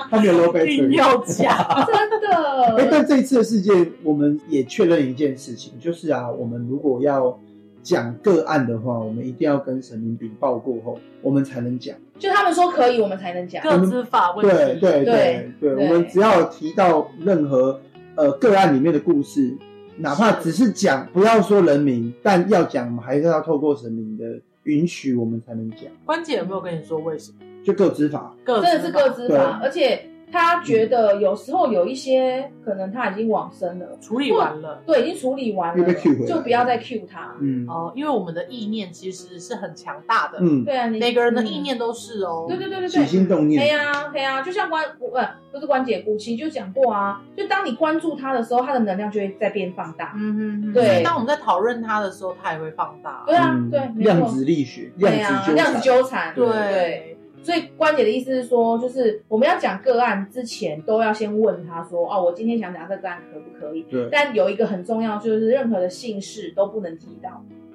[SPEAKER 1] 他没有 low
[SPEAKER 2] 硬
[SPEAKER 1] better。
[SPEAKER 2] 要 讲。
[SPEAKER 4] 真
[SPEAKER 1] 哎、
[SPEAKER 4] 的，
[SPEAKER 1] 但这一次的事件，我们也确认一件事情，就是啊，我们如果要讲个案的话，我们一定要跟神明禀报过后，我们才能讲。
[SPEAKER 4] 就他们说可以，我们才能讲。
[SPEAKER 2] 各自法问
[SPEAKER 1] 对
[SPEAKER 2] 题，
[SPEAKER 1] 对对
[SPEAKER 4] 对
[SPEAKER 1] 对，
[SPEAKER 4] 对
[SPEAKER 1] 我们只要提到任何呃个案里面的故事，哪怕只是讲，不要说人名，但要讲，我们还是要透过神明的允许，我们才能讲。
[SPEAKER 2] 关姐有没有跟你说为什么？
[SPEAKER 1] 就各执法，
[SPEAKER 2] 各
[SPEAKER 4] 真的是各自
[SPEAKER 1] 对
[SPEAKER 4] 法，而且他觉得有时候有一些可能他已经往生了，
[SPEAKER 2] 处理完了。
[SPEAKER 4] 对，已经处理完
[SPEAKER 1] 又被
[SPEAKER 4] 了
[SPEAKER 1] cue 回来，
[SPEAKER 4] 就不要再 Q 他。
[SPEAKER 1] 嗯
[SPEAKER 2] 哦，因为我们的意念其实是很强大的，
[SPEAKER 1] 嗯，
[SPEAKER 4] 对啊，你
[SPEAKER 2] 每个人的意，念都是哦
[SPEAKER 4] 嗯。对对对对
[SPEAKER 1] 起
[SPEAKER 4] 对。
[SPEAKER 1] 心动
[SPEAKER 4] 哎
[SPEAKER 1] 念，
[SPEAKER 4] 呀，哎呀，就像关不呃不是关姐古奇就讲过啊，就当你关注他的时候，他的能量就会在变放大。
[SPEAKER 2] 嗯哼哼，
[SPEAKER 4] 对
[SPEAKER 2] 所以当我们在讨论它的时候，它也会放大。
[SPEAKER 4] 对啊，
[SPEAKER 1] 嗯
[SPEAKER 4] 对，没错
[SPEAKER 1] 量子力学，量
[SPEAKER 4] 对啊
[SPEAKER 1] 子纠
[SPEAKER 4] 量
[SPEAKER 1] 缠
[SPEAKER 4] 子，纠缠，
[SPEAKER 1] 对
[SPEAKER 4] 对。所以关姐的意思是说，就是我们要讲个案之前，都要先问他说，哦，我今天想讲这个案可不可以？
[SPEAKER 1] 对，
[SPEAKER 4] 但有一个很重要，就是任何的姓氏都不能提到，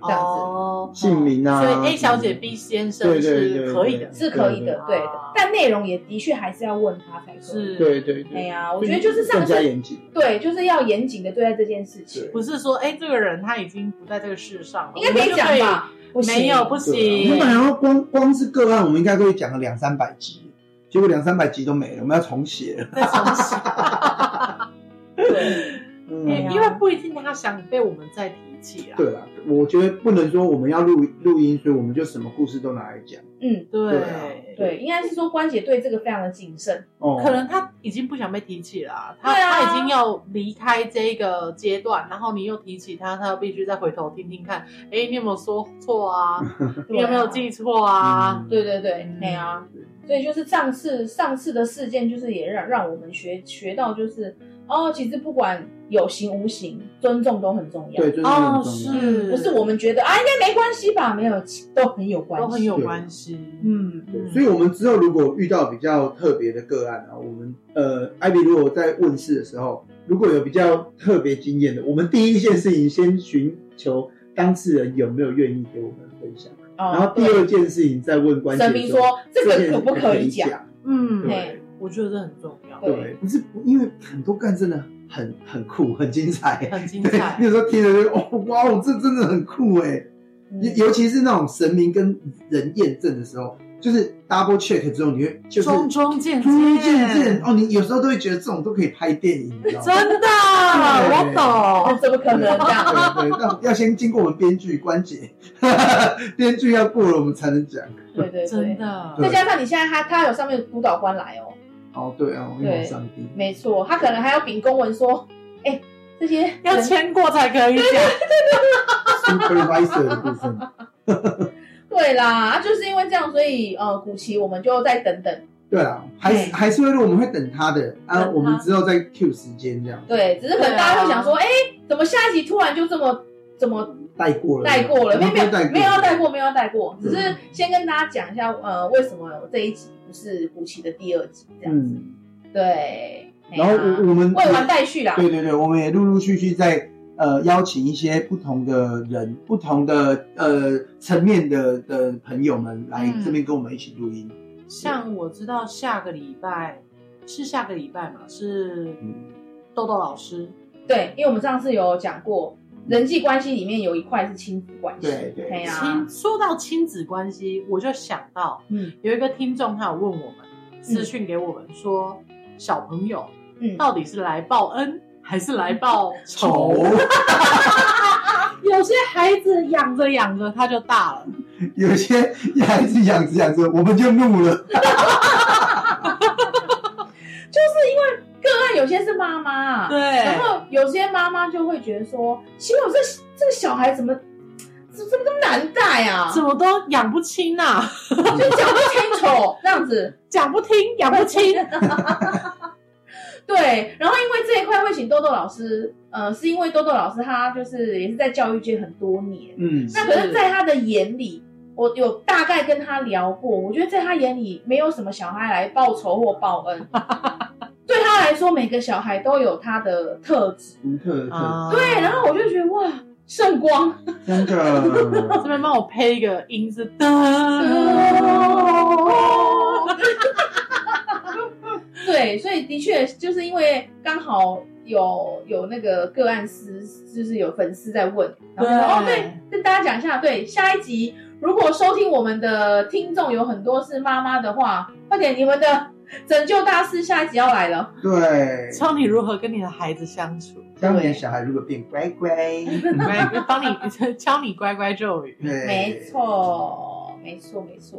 [SPEAKER 4] 这样子
[SPEAKER 2] 哦，
[SPEAKER 1] 姓名啊
[SPEAKER 2] 所以 A 小
[SPEAKER 1] 什
[SPEAKER 2] 姐、
[SPEAKER 1] 么
[SPEAKER 2] B
[SPEAKER 1] 对
[SPEAKER 2] 先生
[SPEAKER 1] 对对
[SPEAKER 2] 是
[SPEAKER 1] 对
[SPEAKER 2] 可以的，
[SPEAKER 4] 是可以的，
[SPEAKER 2] 对
[SPEAKER 4] 对
[SPEAKER 2] 对
[SPEAKER 4] 的。但内容也的确还是要问他才可以。
[SPEAKER 2] 啊是，
[SPEAKER 1] 对对
[SPEAKER 4] 哎
[SPEAKER 1] 对，
[SPEAKER 4] 呀，我觉得就是上
[SPEAKER 1] 更加
[SPEAKER 4] 次
[SPEAKER 1] 严谨，
[SPEAKER 4] 对，就是要严谨的对待这件事情
[SPEAKER 1] 对。
[SPEAKER 2] 不是说哎这个人他已经不在这个世上了，
[SPEAKER 4] 应该可以讲吧？
[SPEAKER 2] 我们就可以？没有不
[SPEAKER 1] 对啊
[SPEAKER 2] 行
[SPEAKER 1] 我们，本来要光光是个案，我们应该可以讲个两三百集，结果两三百集都没了，我们要重写了。
[SPEAKER 2] 再重新
[SPEAKER 4] 对，
[SPEAKER 1] 嗯
[SPEAKER 4] 哎呀
[SPEAKER 2] 因为不一定他想被我们再提起啊。
[SPEAKER 1] 对啦，我觉得不能说我们要录录音，所以我们就什么故事都拿来讲。
[SPEAKER 4] 嗯，
[SPEAKER 1] 对啊
[SPEAKER 2] 对。
[SPEAKER 4] 对，应该是说关姐对这个非常的谨慎。
[SPEAKER 1] 哦，
[SPEAKER 2] 可能他已经不想被提起了啊、他、
[SPEAKER 4] 对啊
[SPEAKER 2] 他已经要离开这个阶段，然后你又提起他，他又必须再回头听听看，哎，你有没有说 错啊？你有没有记错啊？
[SPEAKER 4] 对对对
[SPEAKER 2] 嗯，
[SPEAKER 4] 哎呀、所以就是上次上次的事件，就是也让让我们学学到，就是哦，其实不管有形无形，尊重都很重要。嗯
[SPEAKER 1] 对，尊重很
[SPEAKER 2] 哦，
[SPEAKER 1] 重要。
[SPEAKER 2] 是，
[SPEAKER 4] 不是我们觉得啊，应该没关系吧？没有，都很有关系，
[SPEAKER 2] 都很有关系。
[SPEAKER 4] 嗯，
[SPEAKER 1] 对，
[SPEAKER 2] 嗯
[SPEAKER 1] 啊所以我们之后如果遇到比较特别的个案啊，我们呃，艾比如果在问世的时候，如果有比较特别经验的，我们第一件事情先寻求当事人有没有愿意给我们分享，
[SPEAKER 4] 哦
[SPEAKER 1] 然后第二件事情再问关键
[SPEAKER 4] 神明说这个可不可以讲？
[SPEAKER 2] 嗯，
[SPEAKER 1] 对
[SPEAKER 2] 我觉得这很重要，
[SPEAKER 4] 对
[SPEAKER 1] 对，不是因为很多个案真的很很酷，很精彩。
[SPEAKER 2] 很精
[SPEAKER 1] 对，
[SPEAKER 2] 彩
[SPEAKER 1] 那。时候听着就哦，哇哦，这真的很酷哎！尤
[SPEAKER 4] 嗯
[SPEAKER 1] 尤其是那种神明跟人验证的时候，就是 double check 之后，你会 就是
[SPEAKER 2] 中中见
[SPEAKER 1] 突遇见证哦，你有时候都会觉得这种都可以拍电影，你知道吗？
[SPEAKER 2] 真的，我懂。
[SPEAKER 4] 怎么可能这样？
[SPEAKER 1] 对对，那要先经过我们编剧关节， 编剧要过了我们才能讲。
[SPEAKER 4] 对对
[SPEAKER 2] 真
[SPEAKER 4] 对，
[SPEAKER 2] 的，
[SPEAKER 4] 再加上你现在他他有上面有督导官来哦，
[SPEAKER 1] 哦，对啊，我用上帝，
[SPEAKER 4] 没错，他可能还要秉公文说，哎，这些
[SPEAKER 2] 要
[SPEAKER 4] 人
[SPEAKER 2] 签过才可以讲。
[SPEAKER 1] supervisor 的部分，
[SPEAKER 4] 对啦，啊就是因为这样，所以呃，古奇我们就再等等。
[SPEAKER 1] 对啊，还是还是会录，我们会等他的啊，
[SPEAKER 2] 等他
[SPEAKER 1] 我们之后再 Q 时间这样
[SPEAKER 4] 对，只是可能大家会想说，哎、怎么下一集突然就这么怎么
[SPEAKER 1] 带过了，
[SPEAKER 4] 带过了？没有没
[SPEAKER 1] 有带
[SPEAKER 4] 有
[SPEAKER 1] 过，
[SPEAKER 4] 没有要带过，没有要带过，
[SPEAKER 1] 嗯
[SPEAKER 4] 只是先跟大家讲一下，呃，为什么我这一集不是古奇的第二集这样子？
[SPEAKER 1] 嗯，
[SPEAKER 4] 对，啊
[SPEAKER 1] 然后我我们
[SPEAKER 4] 哎未完待续啦。
[SPEAKER 1] 对对对，我们也陆陆续续在呃邀请一些不同的人、不同的呃层面的的朋友们来
[SPEAKER 2] 嗯
[SPEAKER 1] 这边跟我们一起录音。
[SPEAKER 2] 像我知道下个礼拜是下个礼拜嘛，是
[SPEAKER 1] 嗯
[SPEAKER 2] 豆豆老师，
[SPEAKER 4] 对，因为我们上次有讲过，人际关系里面有一块是亲子关系，
[SPEAKER 1] 对对
[SPEAKER 4] 哎呀、
[SPEAKER 2] 亲说到亲子关系，我就想到
[SPEAKER 4] 嗯
[SPEAKER 2] 有一个听众，他有问我们私讯给我们说，小朋友
[SPEAKER 4] 嗯，
[SPEAKER 2] 到底是来报恩还是来报仇？
[SPEAKER 1] 丑，
[SPEAKER 2] 有些孩子养着养着他就大了，
[SPEAKER 1] 有些还是养着养着，我们就怒了。
[SPEAKER 4] 就是因为个案有些是妈妈，
[SPEAKER 2] 对，
[SPEAKER 4] 然后有些妈妈就会觉得说，奇怪，我这这个小孩怎么怎怎么这么难带啊？
[SPEAKER 2] 怎么都养不清呐、
[SPEAKER 4] 就讲不清楚 这样子，
[SPEAKER 2] 讲不听，养不 清。
[SPEAKER 4] 对，然后因为这一块会请豆豆老师，呃，是因为豆豆老师他就是也是在教育界很多年，
[SPEAKER 1] 嗯，
[SPEAKER 4] 那可是在他的眼里，我有大概跟他聊过，我觉得在他眼里没有什么小孩来报仇或报恩， 对他来说每个小孩都有他的特质，
[SPEAKER 1] 独嗯特
[SPEAKER 2] 啊
[SPEAKER 1] 的
[SPEAKER 4] 对，然后我就觉得哇，圣光。
[SPEAKER 1] 真的
[SPEAKER 2] 这边帮我配一个音是的，
[SPEAKER 4] 对，所以的确就是因为刚好有有那个个案师，就是有粉丝在问，然后就说
[SPEAKER 2] 对
[SPEAKER 4] 哦，对，跟大家讲一下，对，下一集如果收听我们的听众有很多是妈妈的话，快点，你们的 拯救大师下一集要来了，
[SPEAKER 1] 对。
[SPEAKER 2] 教你如何跟你的孩子相 处，
[SPEAKER 1] 当年小孩如果变乖乖，
[SPEAKER 2] 乖帮你 教你乖乖咒语。
[SPEAKER 1] 对，
[SPEAKER 4] 没，错，没错，没错，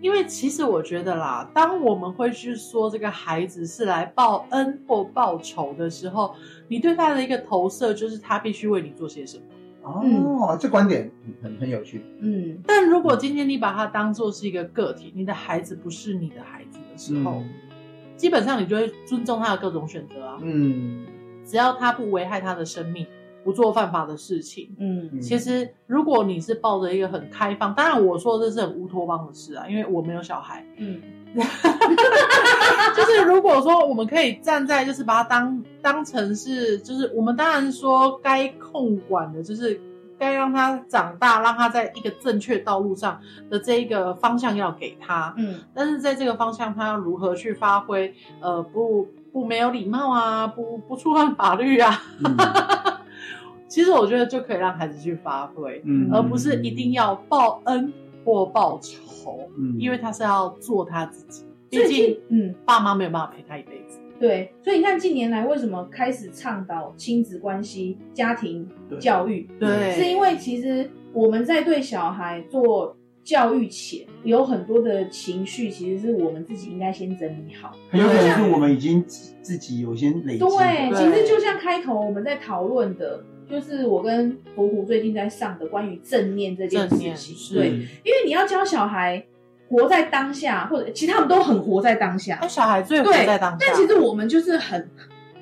[SPEAKER 2] 因为其实我觉得啦，当我们会去说这个孩子是来报恩或报仇的时候，你对他的一个投射就是他必须为你做些什么。嗯
[SPEAKER 1] 哦，这观点很很有趣。
[SPEAKER 4] 嗯，
[SPEAKER 2] 但如果今天你把他当做是一个个体，你的孩子不是你的孩子的时候，基本上你就会尊重他的各种选择啊，
[SPEAKER 1] 嗯，
[SPEAKER 2] 只要他不危害他的生命，不做犯法的事情。
[SPEAKER 4] 嗯，
[SPEAKER 1] 嗯
[SPEAKER 2] 其实，如果你是抱着一个很开放，当然我说这是很乌托邦的事啊，因为我没有小孩。
[SPEAKER 4] 嗯，
[SPEAKER 2] 就是如果说我们可以站在，就是把它当当成是，就是我们当然说该控管的，就是该让他长大，让他在一个正确道路上的这一个方向要给他。
[SPEAKER 4] 嗯，
[SPEAKER 2] 但是在这个方向，他要如何去发挥？呃，不不没有礼貌啊，不不触犯法律啊。
[SPEAKER 1] 嗯
[SPEAKER 2] 其实我觉得就可以让孩子去发挥，
[SPEAKER 1] 嗯
[SPEAKER 2] 而不是一定要报恩或报仇，
[SPEAKER 1] 嗯
[SPEAKER 2] 因为他是要做他自己。
[SPEAKER 4] 最
[SPEAKER 2] 毕
[SPEAKER 4] 近
[SPEAKER 2] 竟，
[SPEAKER 4] 嗯。
[SPEAKER 2] 爸妈没有办法陪他一辈子。
[SPEAKER 4] 对，所以你看近年来为什么开始倡导亲子关系、家庭
[SPEAKER 1] 对
[SPEAKER 4] 教育，
[SPEAKER 2] 对，
[SPEAKER 4] 是因为其实我们在对小孩做教育前，有很多的情绪，其实是我们自己应该先整理好。
[SPEAKER 1] 很有可能是我们已经自自己有些累积。
[SPEAKER 4] 对，
[SPEAKER 2] 对
[SPEAKER 4] 其实就像开头我们在讨论的，就是我跟福虎最近在上的关于正念这件
[SPEAKER 2] 正
[SPEAKER 4] 事
[SPEAKER 2] 念
[SPEAKER 4] 情。
[SPEAKER 2] 是
[SPEAKER 4] 对，因为你要教小孩活在当下，或者其实他们都很活在当下
[SPEAKER 2] 哎，，小孩最活
[SPEAKER 4] 对
[SPEAKER 2] 在当下，
[SPEAKER 4] 但其实我们就是很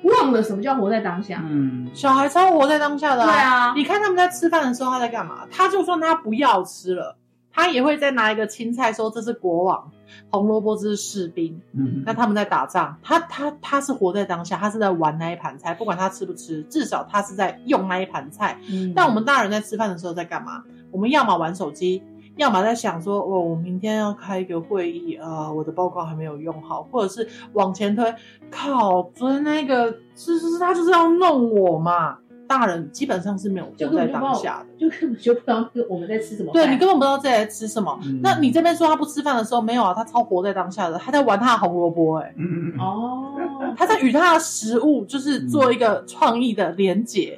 [SPEAKER 4] 忘了什么叫活在当下。
[SPEAKER 1] 嗯，
[SPEAKER 2] 小孩超活在当下的、
[SPEAKER 4] 对啊，
[SPEAKER 2] 你看他们在吃饭的时候，他在干嘛？他就算他不要吃了，他也会再拿一个青菜说这是国王，红萝卜这是士兵。
[SPEAKER 1] 嗯，
[SPEAKER 2] 那他们在打仗，他他他是活在当下，他是在玩那一盘菜，不管他吃不吃，至少他是在用那一盘菜。
[SPEAKER 4] 嗯
[SPEAKER 2] 但我们大人在吃饭的时候在干嘛？我们要么玩手机，要么在想说，哦，我明天要开一个会议啊、我的报告还没有用好，或者是往前推，靠，昨天那个是是是，他就是要弄我嘛。大人基本上是没有
[SPEAKER 4] 就
[SPEAKER 2] 活
[SPEAKER 4] 根本就
[SPEAKER 2] 在
[SPEAKER 4] 不
[SPEAKER 2] 当
[SPEAKER 4] 知
[SPEAKER 2] 下
[SPEAKER 4] 道
[SPEAKER 2] 的，，
[SPEAKER 4] 就根本就不知道我们在吃什么
[SPEAKER 2] 对
[SPEAKER 4] 饭。
[SPEAKER 2] 你根本不知道自己在吃什么。
[SPEAKER 1] 嗯
[SPEAKER 2] 那你这边说他不吃饭的时候，没有啊，他超活在当下的，他在玩他的红萝卜、欸，
[SPEAKER 1] 嗯，
[SPEAKER 4] 哦，
[SPEAKER 2] 他在与他的食物就是做一个创意的连结，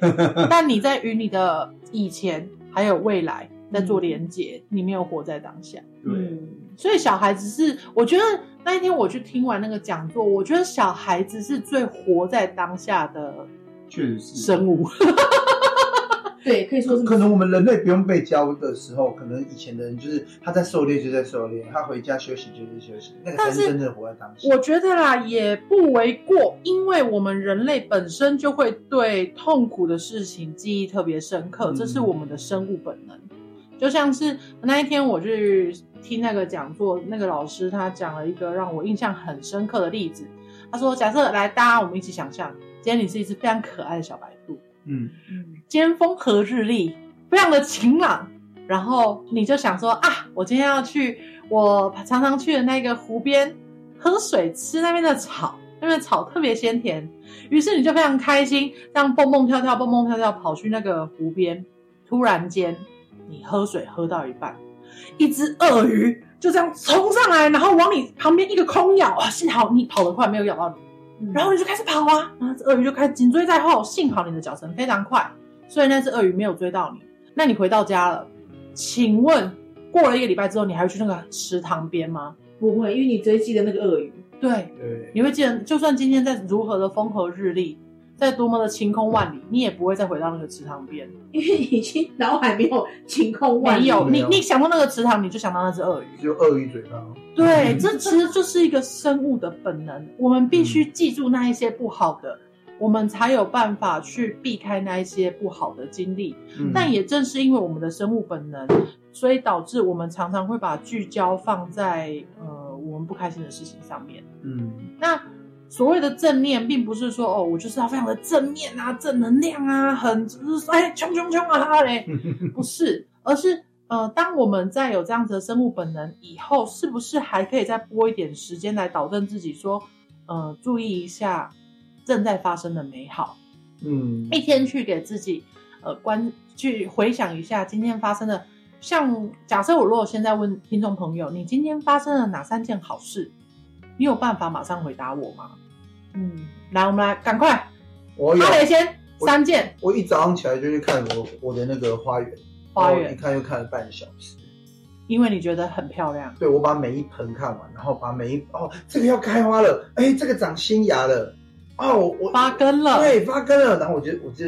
[SPEAKER 2] 但你在与你的以前还有未来在做连结，你没有活在当下。
[SPEAKER 1] 对，
[SPEAKER 4] 嗯，
[SPEAKER 2] 所以小孩子是，我觉得那一天我去听完那个讲座，我觉得小孩子是最活在当下的
[SPEAKER 1] 确实是。
[SPEAKER 2] 生物。
[SPEAKER 4] 对，可以说是
[SPEAKER 1] 可能我们人类不用被教的时候，可能以前的人就是他在狩猎就在狩猎，他回家休息就是休息，那个才
[SPEAKER 2] 但
[SPEAKER 1] 是
[SPEAKER 2] 是
[SPEAKER 1] 真正活在当下。
[SPEAKER 2] 我觉得啦，也不为过，因为我们人类本身就会对痛苦的事情记忆特别深刻，
[SPEAKER 1] 嗯
[SPEAKER 2] 这是我们的生物本能。就像是那一天我去听那个讲座，那个老师他讲了一个让我印象很深刻的例子。他说：“假设来，大家我们一起想象，今天你是一只非常可爱的小白兔，
[SPEAKER 1] 嗯，
[SPEAKER 2] 今天风和日丽，非常的晴朗。然后你就想说啊，我今天要去我常常去的那个湖边喝水，吃那边的草。那边草特别鲜甜，于是你就非常开心，这样蹦蹦跳跳、蹦蹦跳跳跑去那个湖边。突然间，你喝水喝到一半，一只鳄鱼就这样冲上来，然后往你旁边一个空咬啊！幸好你跑得快，没有咬到你。
[SPEAKER 4] 嗯
[SPEAKER 2] 然后你就开始跑啊，然后这鳄鱼就开始紧追在后。幸好你的脚程非常快，所以那只鳄鱼没有追到你。那你回到家了，请问过了一个礼拜之后，你还会去那个池塘边吗？
[SPEAKER 4] 不会，因为你只会记得那个鳄鱼。
[SPEAKER 2] 对，
[SPEAKER 1] 对，
[SPEAKER 2] 你会记得，就算今天在如何的风和日丽，在多么的晴空万里，你也不会再回到那个池塘边。
[SPEAKER 4] 因为你已经脑海没有晴空万
[SPEAKER 2] 没
[SPEAKER 4] 里，
[SPEAKER 2] 有，
[SPEAKER 1] 没
[SPEAKER 2] 你
[SPEAKER 1] 有
[SPEAKER 2] 你想到那个池塘，你就想到那只鳄鱼。
[SPEAKER 1] 就鳄鱼嘴巴。哦
[SPEAKER 2] 对，这其实就是一个生物的本能，我们必须记住那一些不好的，我们才有办法去避开那一些不好的经历。
[SPEAKER 1] 嗯
[SPEAKER 2] 但也正是因为我们的生物本能，所以导致我们常常会把聚焦放在呃我们不开心的事情上面。
[SPEAKER 1] 嗯，
[SPEAKER 2] 那所谓的正念，并不是说哦，我就是要非常的正面啊、正能量啊，很就是哎冲冲冲啊哈嘞，不是，而是呃，当我们在有这样子的生物本能以后，是不是还可以再拨一点时间来导正自己说，呃，注意一下正在发生的美好，
[SPEAKER 1] 嗯，
[SPEAKER 2] 一天去给自己呃关去回想一下今天发生的。像假设我如果现在问听众朋友，你今天发生了哪三件好事？你有办法马上回答我吗？嗯，来，我们来赶快，
[SPEAKER 1] 我有
[SPEAKER 2] 阿，雷先
[SPEAKER 1] 我
[SPEAKER 2] 三件
[SPEAKER 1] 我一早上起来就去看我我的那个花园，
[SPEAKER 2] 花
[SPEAKER 1] 然后一
[SPEAKER 2] 园，
[SPEAKER 1] 看又看了半小时。
[SPEAKER 2] 因为你觉得很漂亮。
[SPEAKER 1] 对，我把每一盆看完，然后把每一哦，这个要开花了，哎，这个长新芽了，哦，我
[SPEAKER 2] 发根了，
[SPEAKER 1] 对发根了，然后我就我就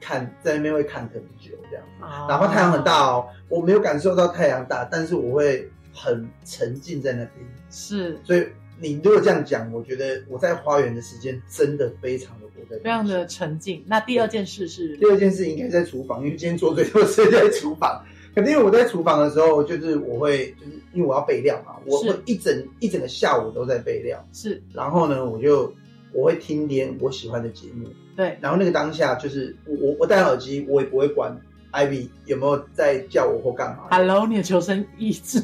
[SPEAKER 1] 看在那边会看很久这样，
[SPEAKER 2] 啊，
[SPEAKER 1] 哪怕太阳很大哦，我没有感受到太阳大，但是我会很沉浸在那边。
[SPEAKER 2] 是
[SPEAKER 1] 所以你如果这样讲，我觉得我在花园的时间真的非常的活在
[SPEAKER 2] 非
[SPEAKER 1] 当下
[SPEAKER 2] 常的沉静。那第二件事是
[SPEAKER 1] 第二件事应该在厨房，因为今天做最多事在厨房。 可能因为我在厨房的时候，就是我会，就是因为我要备料嘛，我
[SPEAKER 2] 是
[SPEAKER 1] 我一整一整个下午都在备料。
[SPEAKER 2] 是，
[SPEAKER 1] 然后呢，我就我会听点我喜欢的节目，
[SPEAKER 2] 对，
[SPEAKER 1] 然后那个当下就是我我我戴耳机，我也不会管 Ivy 有没有在叫我或干 嘛。
[SPEAKER 2] Hello，你的求生意志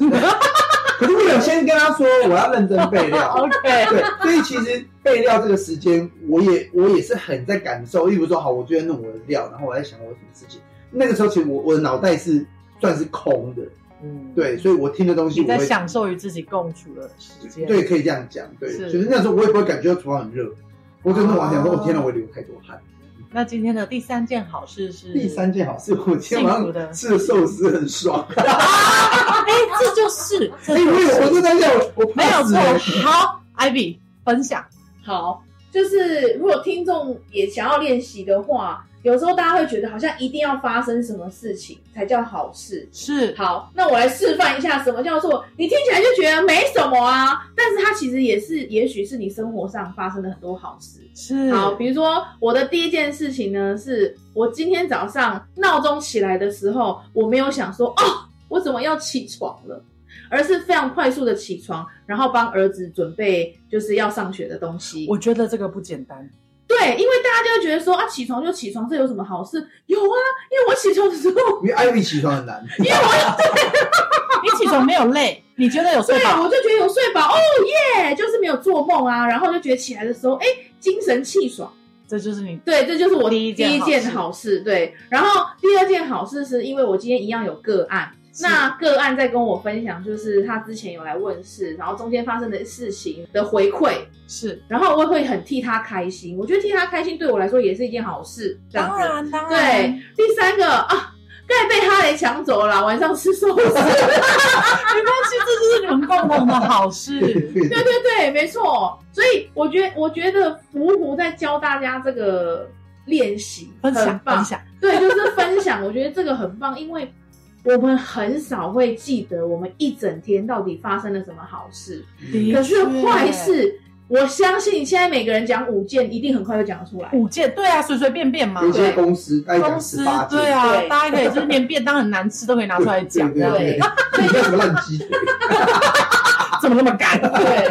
[SPEAKER 1] 可是我有先跟他说我要认真备料，
[SPEAKER 2] ，OK，
[SPEAKER 1] 对，所以其实备料这个时间，我也我也是很在感受。例如说，好，我就在弄我的料，然后我在想我有什么事情。那个时候，其实我我的脑袋是算是空的，
[SPEAKER 2] 嗯，
[SPEAKER 1] 对，所以我听的东西
[SPEAKER 2] 你
[SPEAKER 1] 我
[SPEAKER 2] 在
[SPEAKER 1] 会
[SPEAKER 2] 享受与自己共处的时间，
[SPEAKER 1] 对，，可以这样讲，对，
[SPEAKER 2] 是
[SPEAKER 1] 就是那时候我也不会感觉到厨房很热，我就弄完想说，
[SPEAKER 2] 哦
[SPEAKER 1] 我、天哪，我流太多汗。
[SPEAKER 2] 那今天的第三件好事是
[SPEAKER 1] 第三，件好事，我今天晚
[SPEAKER 2] 幸福的
[SPEAKER 1] 上吃的寿司很爽。
[SPEAKER 2] 哎，这就是，这
[SPEAKER 1] 哎，我
[SPEAKER 2] 就
[SPEAKER 1] 以
[SPEAKER 2] 是
[SPEAKER 1] 为我正在想，我我
[SPEAKER 2] 没
[SPEAKER 1] 怕
[SPEAKER 2] 有
[SPEAKER 1] 死
[SPEAKER 2] 错
[SPEAKER 1] 了。
[SPEAKER 2] 好，Ivy 分享，
[SPEAKER 4] 好，就是如果听众也想要练习的话，有时候大家会觉得好像一定要发生什么事情才叫好事。
[SPEAKER 2] 是
[SPEAKER 4] 好，那我来示范一下什么叫做你听起来就觉得没什么啊，但是它其实也是，也许是你生活上发生的很多好事。
[SPEAKER 2] 是，
[SPEAKER 4] 好，比如说我的第一件事情呢，是我今天早上闹钟起来的时候，我没有想说哦，我怎么要起床了，而是非常快速的起床，然后帮儿子准备就是要上学的东西。
[SPEAKER 2] 我觉得这个不简单，
[SPEAKER 4] 对，因为大家就会觉得说啊，起床就起床，这有什么好事？有啊，因为我起床的时 候，
[SPEAKER 1] 因为 Ivy 起床很难，
[SPEAKER 2] 你起床没有累，你觉得有睡
[SPEAKER 4] 对，
[SPEAKER 2] 饱，
[SPEAKER 4] 我就觉得有睡饱，哦耶，就是没有做梦啊，然后就觉得起来的时候，哎，精神气爽。
[SPEAKER 2] 这就是你
[SPEAKER 4] 对，这就是我
[SPEAKER 2] 第
[SPEAKER 4] 第
[SPEAKER 2] 一
[SPEAKER 4] 一
[SPEAKER 2] 件好事
[SPEAKER 4] 件好事。对，然后第二件好事是因为我今天一样有个案，
[SPEAKER 2] 是
[SPEAKER 4] 那个案在跟我分享，就是他之前有来问事，然后中间发生的事情的回馈，
[SPEAKER 2] 是，
[SPEAKER 4] 然后我会很替他开心。我觉得替他开心对我来说也是一件好事，这样
[SPEAKER 2] 当
[SPEAKER 4] 子。
[SPEAKER 2] 然当然
[SPEAKER 4] 对，，第三个啊，盖被哈雷抢走了，晚上吃寿司。
[SPEAKER 2] 没关系，这就是你们共同的好 事。
[SPEAKER 4] 对对对，没错。所以我觉我觉得芜湖在教大家这个练习，
[SPEAKER 2] 分
[SPEAKER 4] 很
[SPEAKER 2] 享
[SPEAKER 4] 棒
[SPEAKER 2] 分享，
[SPEAKER 4] 对，就是分享，我觉得这个很棒，因为我们很少会记得我们一整天到底发生了什么好事，
[SPEAKER 2] 的
[SPEAKER 4] 可是
[SPEAKER 2] 确
[SPEAKER 4] 坏事，我相信现在每个人讲五件，一定很快就讲得出来。
[SPEAKER 2] 五件，对啊，随随便便嘛
[SPEAKER 1] 有。一些
[SPEAKER 4] 对
[SPEAKER 1] 公司大概
[SPEAKER 2] 公
[SPEAKER 1] 讲
[SPEAKER 2] 司
[SPEAKER 1] 十八件，
[SPEAKER 2] 对啊，
[SPEAKER 4] 对
[SPEAKER 2] 大家可以就是连便当很难吃都可以拿出来讲，这
[SPEAKER 1] 对
[SPEAKER 2] 样
[SPEAKER 1] 对，你叫什么烂鸡腿？
[SPEAKER 2] 怎么那么干？
[SPEAKER 4] 对，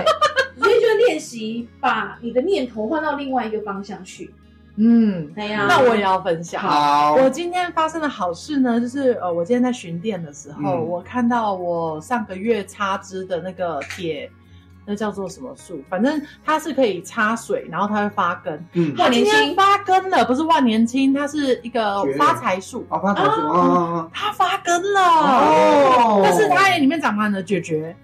[SPEAKER 4] 所以就练习把你的念头换到另外一个方向去。
[SPEAKER 2] 嗯，
[SPEAKER 4] 哎呀，
[SPEAKER 2] 那我也要分享。
[SPEAKER 4] 哦
[SPEAKER 1] 好，
[SPEAKER 2] 我今天发生的好事呢，就是呃，我今天在巡店的时候，
[SPEAKER 1] 嗯
[SPEAKER 2] 我看到我上个月插枝的那个铁那叫做什么树？反正它是可以插水，然后它会发根。
[SPEAKER 1] 嗯，
[SPEAKER 4] 万年青
[SPEAKER 2] 它今天发根了，不是万年青，它是一个
[SPEAKER 1] 蕨类
[SPEAKER 2] 发财树，
[SPEAKER 4] 哦
[SPEAKER 1] 好，发财树啊，
[SPEAKER 2] 它发根了。
[SPEAKER 1] 哦
[SPEAKER 2] 但是它也里面长满了 蕨蕨，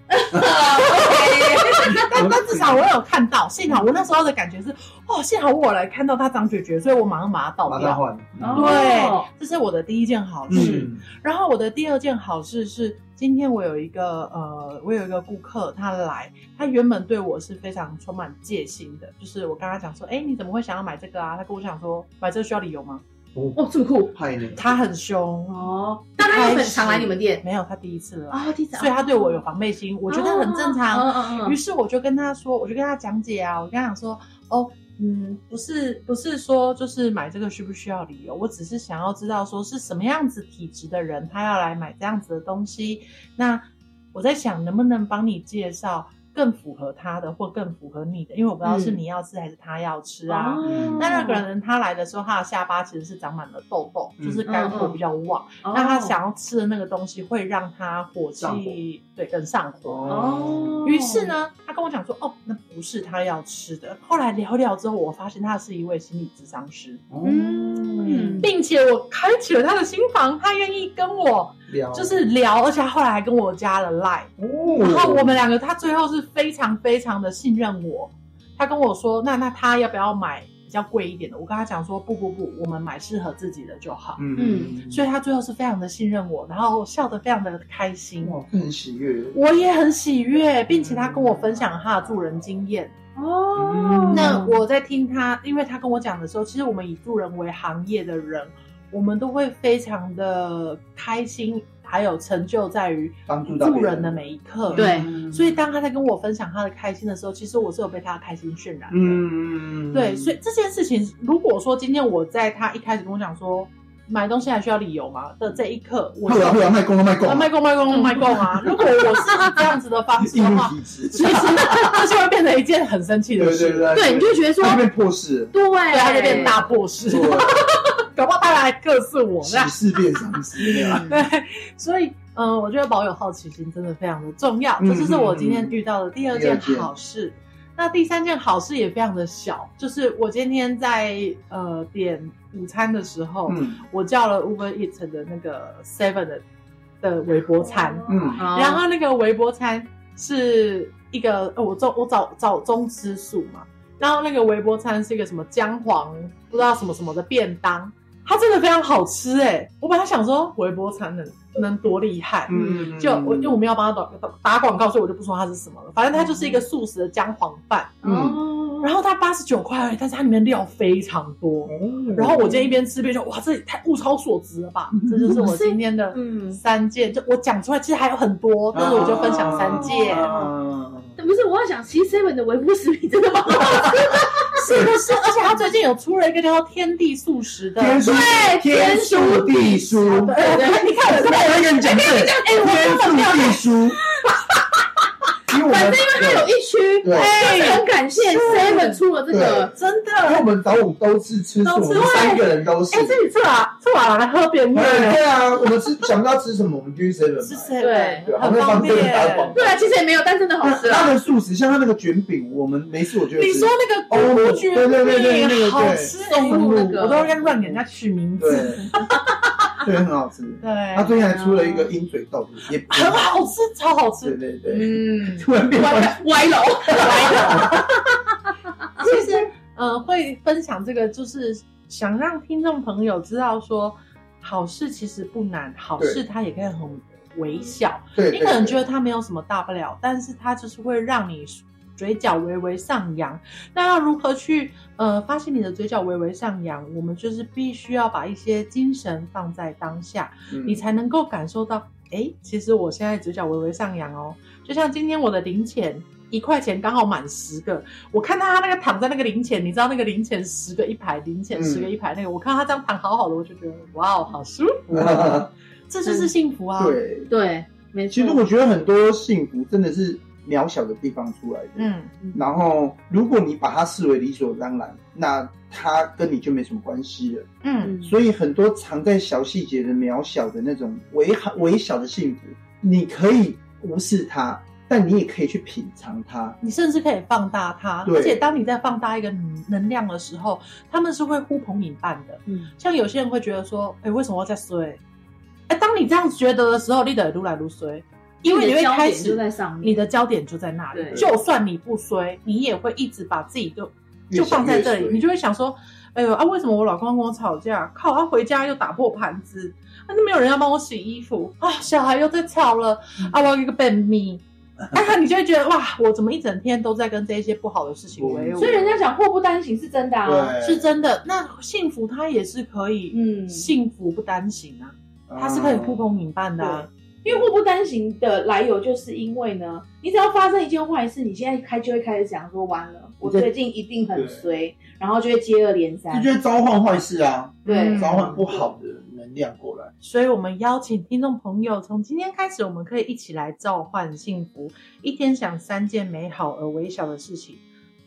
[SPEAKER 2] 但但至少我有看到，幸好我那时候的感觉是，哦，幸好我有来看到它长蕨蕨，所以我马上把它倒
[SPEAKER 1] 马上
[SPEAKER 2] 掉。
[SPEAKER 1] 换，
[SPEAKER 4] 哦
[SPEAKER 2] 对
[SPEAKER 4] 哦，
[SPEAKER 2] 这是我的第一件好事。
[SPEAKER 1] 嗯，
[SPEAKER 2] 然后我的第二件好事是，今天我有一个呃，我有一个顾客，他来，他原本对我是非常充满戒心的，就是我跟他讲说，哎，你怎么会想要买这个啊？他跟我讲说，买这个需要理由吗？
[SPEAKER 1] 哦，
[SPEAKER 4] 哦，这么酷
[SPEAKER 1] 派呢，
[SPEAKER 2] 他很凶，
[SPEAKER 4] 哦。但他有很常来你们店
[SPEAKER 2] 没有，他第一次来，
[SPEAKER 4] 啊，第三，
[SPEAKER 2] 所以他对我有防备心，我觉得很正常。
[SPEAKER 4] 嗯嗯嗯
[SPEAKER 2] 于是我就跟他说，我就跟他讲解啊，我跟他讲说，哦，嗯，不是不是说就是买这个需不需要理由，我只是想要知道说是什么样子体质的人他要来买这样子的东西，那我在想能不能帮你介绍更符合他的或更符合你的，因为我不知道是
[SPEAKER 4] 嗯
[SPEAKER 2] 你要吃还是他要吃
[SPEAKER 4] 嗯，
[SPEAKER 2] 啊。
[SPEAKER 4] 哦
[SPEAKER 2] 那那个人他来的时候，他的下巴其实是长满了痘痘，
[SPEAKER 1] 嗯
[SPEAKER 2] 就是肝火比较旺。
[SPEAKER 4] 哦
[SPEAKER 2] 那他想要吃的那个东西会让他火
[SPEAKER 1] 上火
[SPEAKER 2] 气对更上火。
[SPEAKER 1] 哦，
[SPEAKER 4] 哦，
[SPEAKER 2] 于是，呢，他跟我讲说，哦，那不是他要吃的。后来聊聊之后，我发现他是一位心理咨商师，
[SPEAKER 1] 哦嗯，
[SPEAKER 2] 并且我开启了他的心房，他愿意跟我
[SPEAKER 1] 聊
[SPEAKER 2] 就是聊，而且他后来还跟我加了 line，
[SPEAKER 1] 哦，
[SPEAKER 2] 然后我们两个，他最后是非常非常的信任我，他跟我说，那那他要不要买比较贵一点的？我跟他讲说，不不不，我们买适合自己的就好。
[SPEAKER 1] 嗯，
[SPEAKER 2] 所以他最后是非常的信任我，然后笑得非常的开心。
[SPEAKER 1] 哇，这很喜悦，
[SPEAKER 2] 我也很喜悦，并且他跟我分享他的助人经验。
[SPEAKER 4] 哦，
[SPEAKER 1] 嗯
[SPEAKER 2] 那我在听他，因为他跟我讲的时候，其实我们以助人为行业的人，我们都会非常的开心，还有成就在于
[SPEAKER 1] 帮助到
[SPEAKER 2] 助
[SPEAKER 1] 别嗯
[SPEAKER 2] 人的每一刻。
[SPEAKER 4] 对
[SPEAKER 2] 所以当他在跟我分享他的开心的时候，其实我是有被他的开心渲染的。
[SPEAKER 1] 嗯，
[SPEAKER 2] 对，所以这件事情，如果说今天我在他一开始跟我讲说买东西还需要理由吗的这一刻，我
[SPEAKER 1] 后来后来卖光了卖嗯
[SPEAKER 2] 啊
[SPEAKER 1] 光，
[SPEAKER 2] 卖供卖供卖供啊！如果我是以这样子的方式
[SPEAKER 1] 义
[SPEAKER 2] 的
[SPEAKER 1] 务
[SPEAKER 2] 话，
[SPEAKER 1] 体质，
[SPEAKER 2] 其实这就会变成一件很生气
[SPEAKER 1] 对
[SPEAKER 2] 的
[SPEAKER 1] 对
[SPEAKER 2] 事。
[SPEAKER 1] 对，
[SPEAKER 4] 对，你就觉得说
[SPEAKER 1] 他，就变破事，
[SPEAKER 4] 对，
[SPEAKER 2] 对，他就变
[SPEAKER 1] 哎
[SPEAKER 2] 大破事， 搞不好他来克诉我这
[SPEAKER 1] 喜
[SPEAKER 2] 样。
[SPEAKER 1] 事变丧事，对吧？
[SPEAKER 2] 对，所以嗯、呃我觉得保有好奇心真的非常的重要，
[SPEAKER 1] 嗯
[SPEAKER 2] 这就是我今天遇到的第二件
[SPEAKER 1] 嗯嗯嗯
[SPEAKER 2] 好事。那第三件好事也非常的小，就是我今天在呃点午餐的时候，
[SPEAKER 1] 嗯
[SPEAKER 2] 我叫了 Uber Eats 的那个 Seven 的的微波餐，
[SPEAKER 1] 嗯，
[SPEAKER 2] 然后那个微波餐是一个呃我中我早早中吃素嘛，然后那个微波餐是一个什么姜黄不知道什么什么的便当，它真的非常好吃哎、我本来想说微波餐能能多厉害。
[SPEAKER 1] 嗯，
[SPEAKER 2] 就我因为我没有帮他打打广告，所以我就不说它是什么了。反正它就是一个素食的姜黄饭，
[SPEAKER 1] 嗯，哦
[SPEAKER 4] 哦，
[SPEAKER 2] 然后它八十九块而已，但是它里面料非常多。然后我今天一边吃一边说，哇，这也太物超所值了吧！这就是我今 天的
[SPEAKER 4] 嗯，
[SPEAKER 2] 三件，就我讲出来，其实还有很多，但是我就分
[SPEAKER 1] 啊
[SPEAKER 2] 享三件，
[SPEAKER 4] 但不是，我要想七 seven 的微波食品真的蛮好吃的，
[SPEAKER 2] 是不是？而且他最近有出了一个叫做“天地素食”的，
[SPEAKER 1] 天书天书地书，
[SPEAKER 2] 对对对，你看我这哎
[SPEAKER 1] 我要跟你讲这个天书地书， 因为我们
[SPEAKER 4] 它有一区，
[SPEAKER 1] 对
[SPEAKER 4] 就是很感谢
[SPEAKER 2] 是
[SPEAKER 4] seven 出了这个，
[SPEAKER 2] 真的，
[SPEAKER 1] 因为我们早午都是吃素，我们三个人都是
[SPEAKER 2] 哎，。这里吃完吃完了还喝别人
[SPEAKER 1] 对
[SPEAKER 2] 的，
[SPEAKER 1] 对啊，我们吃想到吃什么，我们就去 seven
[SPEAKER 2] 是
[SPEAKER 1] 买。
[SPEAKER 2] 谁？
[SPEAKER 1] 对好
[SPEAKER 2] 很方
[SPEAKER 1] 像帮这个打
[SPEAKER 2] 便
[SPEAKER 1] 广。
[SPEAKER 4] 对啊，其实也没有，但真的好吃
[SPEAKER 1] 他
[SPEAKER 4] 啊，
[SPEAKER 1] 的素食，像他那个卷饼，我们没事，我觉得
[SPEAKER 2] 你说那个
[SPEAKER 1] 哦
[SPEAKER 2] 国军
[SPEAKER 1] 对对对对那个
[SPEAKER 2] 好
[SPEAKER 1] 对
[SPEAKER 2] 吃哎，
[SPEAKER 4] 松露那个
[SPEAKER 2] 我都在乱给人家取名
[SPEAKER 1] 对
[SPEAKER 2] 字，，
[SPEAKER 1] 对，很好吃。
[SPEAKER 2] 对，啊
[SPEAKER 1] 他最近还出了一个鹰嘴豆，也
[SPEAKER 2] 很好吃，超好
[SPEAKER 1] 对
[SPEAKER 2] 吃，
[SPEAKER 1] 对对，
[SPEAKER 4] 嗯，
[SPEAKER 1] 突然变成
[SPEAKER 4] 歪 楼，
[SPEAKER 2] 其实，呃，会分享这个，就是想让听众朋友知道说，好事其实不难，好事它也可以很微小。
[SPEAKER 1] 对，
[SPEAKER 2] 你可能觉
[SPEAKER 1] 得
[SPEAKER 2] 得它没有什么大不了，但是它就是会让你嘴角微微上扬。那要如何去呃发现你的嘴角微微上扬？我们就是必须要把一些精神放在当下，你 才能够感受到，哎，其实我现在嘴角微微上扬哦。就像今天我的零钱一块钱刚好满十个，我看到他那个躺在那个零钱，你知道那个零钱十个一排，零
[SPEAKER 1] 嗯
[SPEAKER 2] 钱十个一排那个，我看到他这样躺好好的，我就觉得哇哦，好舒服、啊，这就是幸福啊。，
[SPEAKER 1] 嗯对。
[SPEAKER 4] 对，没错，
[SPEAKER 1] 其实我觉得很多幸福真的是渺小的地方出来的。
[SPEAKER 2] 嗯，
[SPEAKER 1] 然后，如果你把它视为理所当然，那它跟你就没什么关系了。
[SPEAKER 2] 嗯
[SPEAKER 4] 嗯，
[SPEAKER 1] 所以，很多藏在小细节的渺小的那种微微小的幸福，你可以无视它，但你也可以去品尝它。
[SPEAKER 2] 你甚至可以放大它，
[SPEAKER 1] 对
[SPEAKER 2] 而且当你在放大一个能能量的时候，他们是会呼朋引伴的。
[SPEAKER 3] 嗯，
[SPEAKER 2] 像有些人会觉得说，哎、为什么要在衰？哎、当你这样觉得的时候，你得撸来撸衰，因为你会开
[SPEAKER 4] 就
[SPEAKER 2] 始
[SPEAKER 4] 在上面，
[SPEAKER 2] 你的焦点就在那里。
[SPEAKER 3] 对
[SPEAKER 2] 就算你不衰，你也会一直把自己就就放在这
[SPEAKER 1] 越想越
[SPEAKER 2] 里，
[SPEAKER 1] 衰
[SPEAKER 2] 你就会想说，哎呦啊，为什么我老公跟我吵架？靠，他、回家又打破盘子，啊，那没有人要帮我洗衣服啊，小孩又在吵了啊，我要一个便秘。啊，你就会觉得哇，我怎么一整天都在跟这些不好的事情为伍？
[SPEAKER 4] 所以人家讲祸不单行是真的啊，
[SPEAKER 1] 对，
[SPEAKER 2] 是真的，那幸福它也是可以，
[SPEAKER 4] 嗯
[SPEAKER 2] 幸福不单行啊，
[SPEAKER 1] 嗯，
[SPEAKER 2] 它是可以呼朋引伴的、啊。
[SPEAKER 4] 因为祸不单行的来由就是因为呢，你只要发生一件坏事，你现在开就会开始想说完了，我最近一定很衰，然后就会接二连
[SPEAKER 1] 这
[SPEAKER 4] 三，
[SPEAKER 1] 就是召唤坏事啊，
[SPEAKER 4] 对
[SPEAKER 2] 嗯
[SPEAKER 1] 召唤不好的能量过来。
[SPEAKER 2] 所以，我们邀请听众朋友，从今天开始，我们可以一起来召唤幸福，一天想三件美好而微小的事情，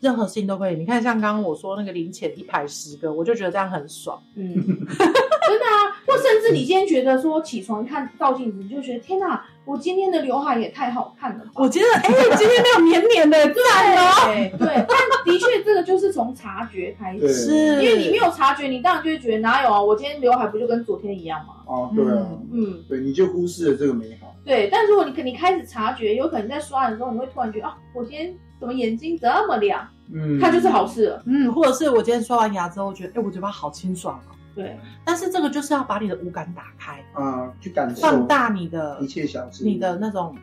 [SPEAKER 2] 任何事情都可以。你看，像刚刚我说那个零钱一排十个，我就觉得这样很爽。
[SPEAKER 4] 嗯，真的啊，或甚至你今天觉得说起床看照镜子，你就觉得天哪，我今天的刘海也太好看了吧，
[SPEAKER 2] 我觉得，哎、今天没有黏黏的，赞哦。
[SPEAKER 4] 对对，但的确这个就是从察觉开
[SPEAKER 1] 对
[SPEAKER 4] 始，
[SPEAKER 2] 是，
[SPEAKER 4] 因为你没有察觉，你当然就会觉得哪有啊，我今天刘海不就跟昨天一样吗？
[SPEAKER 1] 哦，对啊，
[SPEAKER 4] 嗯，
[SPEAKER 1] 对，你就忽视了这个美好。
[SPEAKER 4] 对，但如果你可你开始察觉，有可能在刷的时候，你会突然觉得啊，我今天怎么眼睛这么亮？
[SPEAKER 1] 嗯，
[SPEAKER 4] 它就是好事了。
[SPEAKER 2] 嗯，或者是我今天刷完牙之后，觉得，哎、我嘴巴好清爽哦。
[SPEAKER 4] 对，
[SPEAKER 2] 但是这个就是要把你的五感打开，
[SPEAKER 1] 啊，去感受
[SPEAKER 2] 放大你的
[SPEAKER 1] 一切小事，
[SPEAKER 2] 你的那种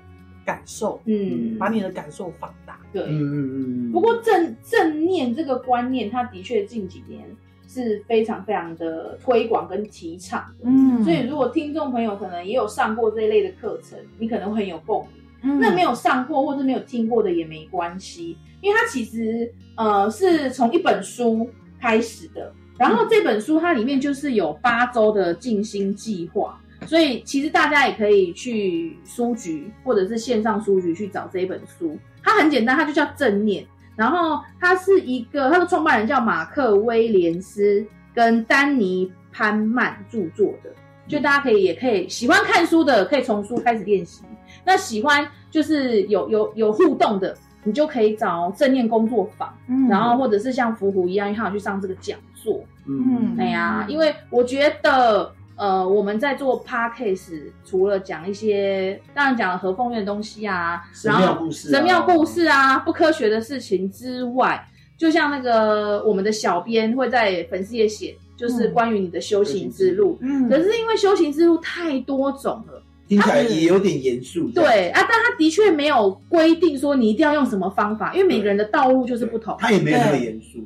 [SPEAKER 2] 感受，
[SPEAKER 4] 嗯，
[SPEAKER 2] 把你的感受放大。
[SPEAKER 4] 对。
[SPEAKER 1] 嗯嗯嗯嗯。
[SPEAKER 4] 不过正正念这个观念，它的确近几年是非常非常的推广跟提倡的。
[SPEAKER 2] 嗯
[SPEAKER 4] 所以如果听众朋友可能也有上过这一类的课程，你可能会很有共鸣。那
[SPEAKER 2] 那
[SPEAKER 4] 没有上过或者没有听过的也没关系，因为它其实呃是从一本书开始的，然后这本书它里面就是有八周的静心计划，所以其实大家也可以去书局或者是线上书局去找这一本书，它很简单，它就叫正念，然后它是一个它的创办人叫马克威廉斯跟丹尼潘曼著作的。就大家可以也可以喜欢看书的，可以从书开始练习。那喜欢就是有有有互动的，你就可以找正念工作坊，
[SPEAKER 2] 嗯
[SPEAKER 4] 然后或者是像福虎一样，因为他有去上这个讲座。
[SPEAKER 1] 嗯，
[SPEAKER 4] 哎呀，
[SPEAKER 2] 嗯
[SPEAKER 4] 因为我觉得。呃，我们在做 podcast，除了讲一些当然讲了和风院的东西啊，
[SPEAKER 1] 神
[SPEAKER 4] 然
[SPEAKER 1] 庙
[SPEAKER 4] 后
[SPEAKER 1] 故事啊
[SPEAKER 4] 神庙故事啊、不科学的事情之外，就像那个我们的小编会在粉丝页写，就是
[SPEAKER 2] 嗯
[SPEAKER 4] 关于你的修行之路。
[SPEAKER 2] 嗯
[SPEAKER 4] 可是因为修行之路太多种了，
[SPEAKER 1] 听起来也有点严肃。
[SPEAKER 4] 对啊，但他的确没有规定说你一定要用什么方法，因为每个人的道路就是不同。
[SPEAKER 1] 他也没有那么严肃，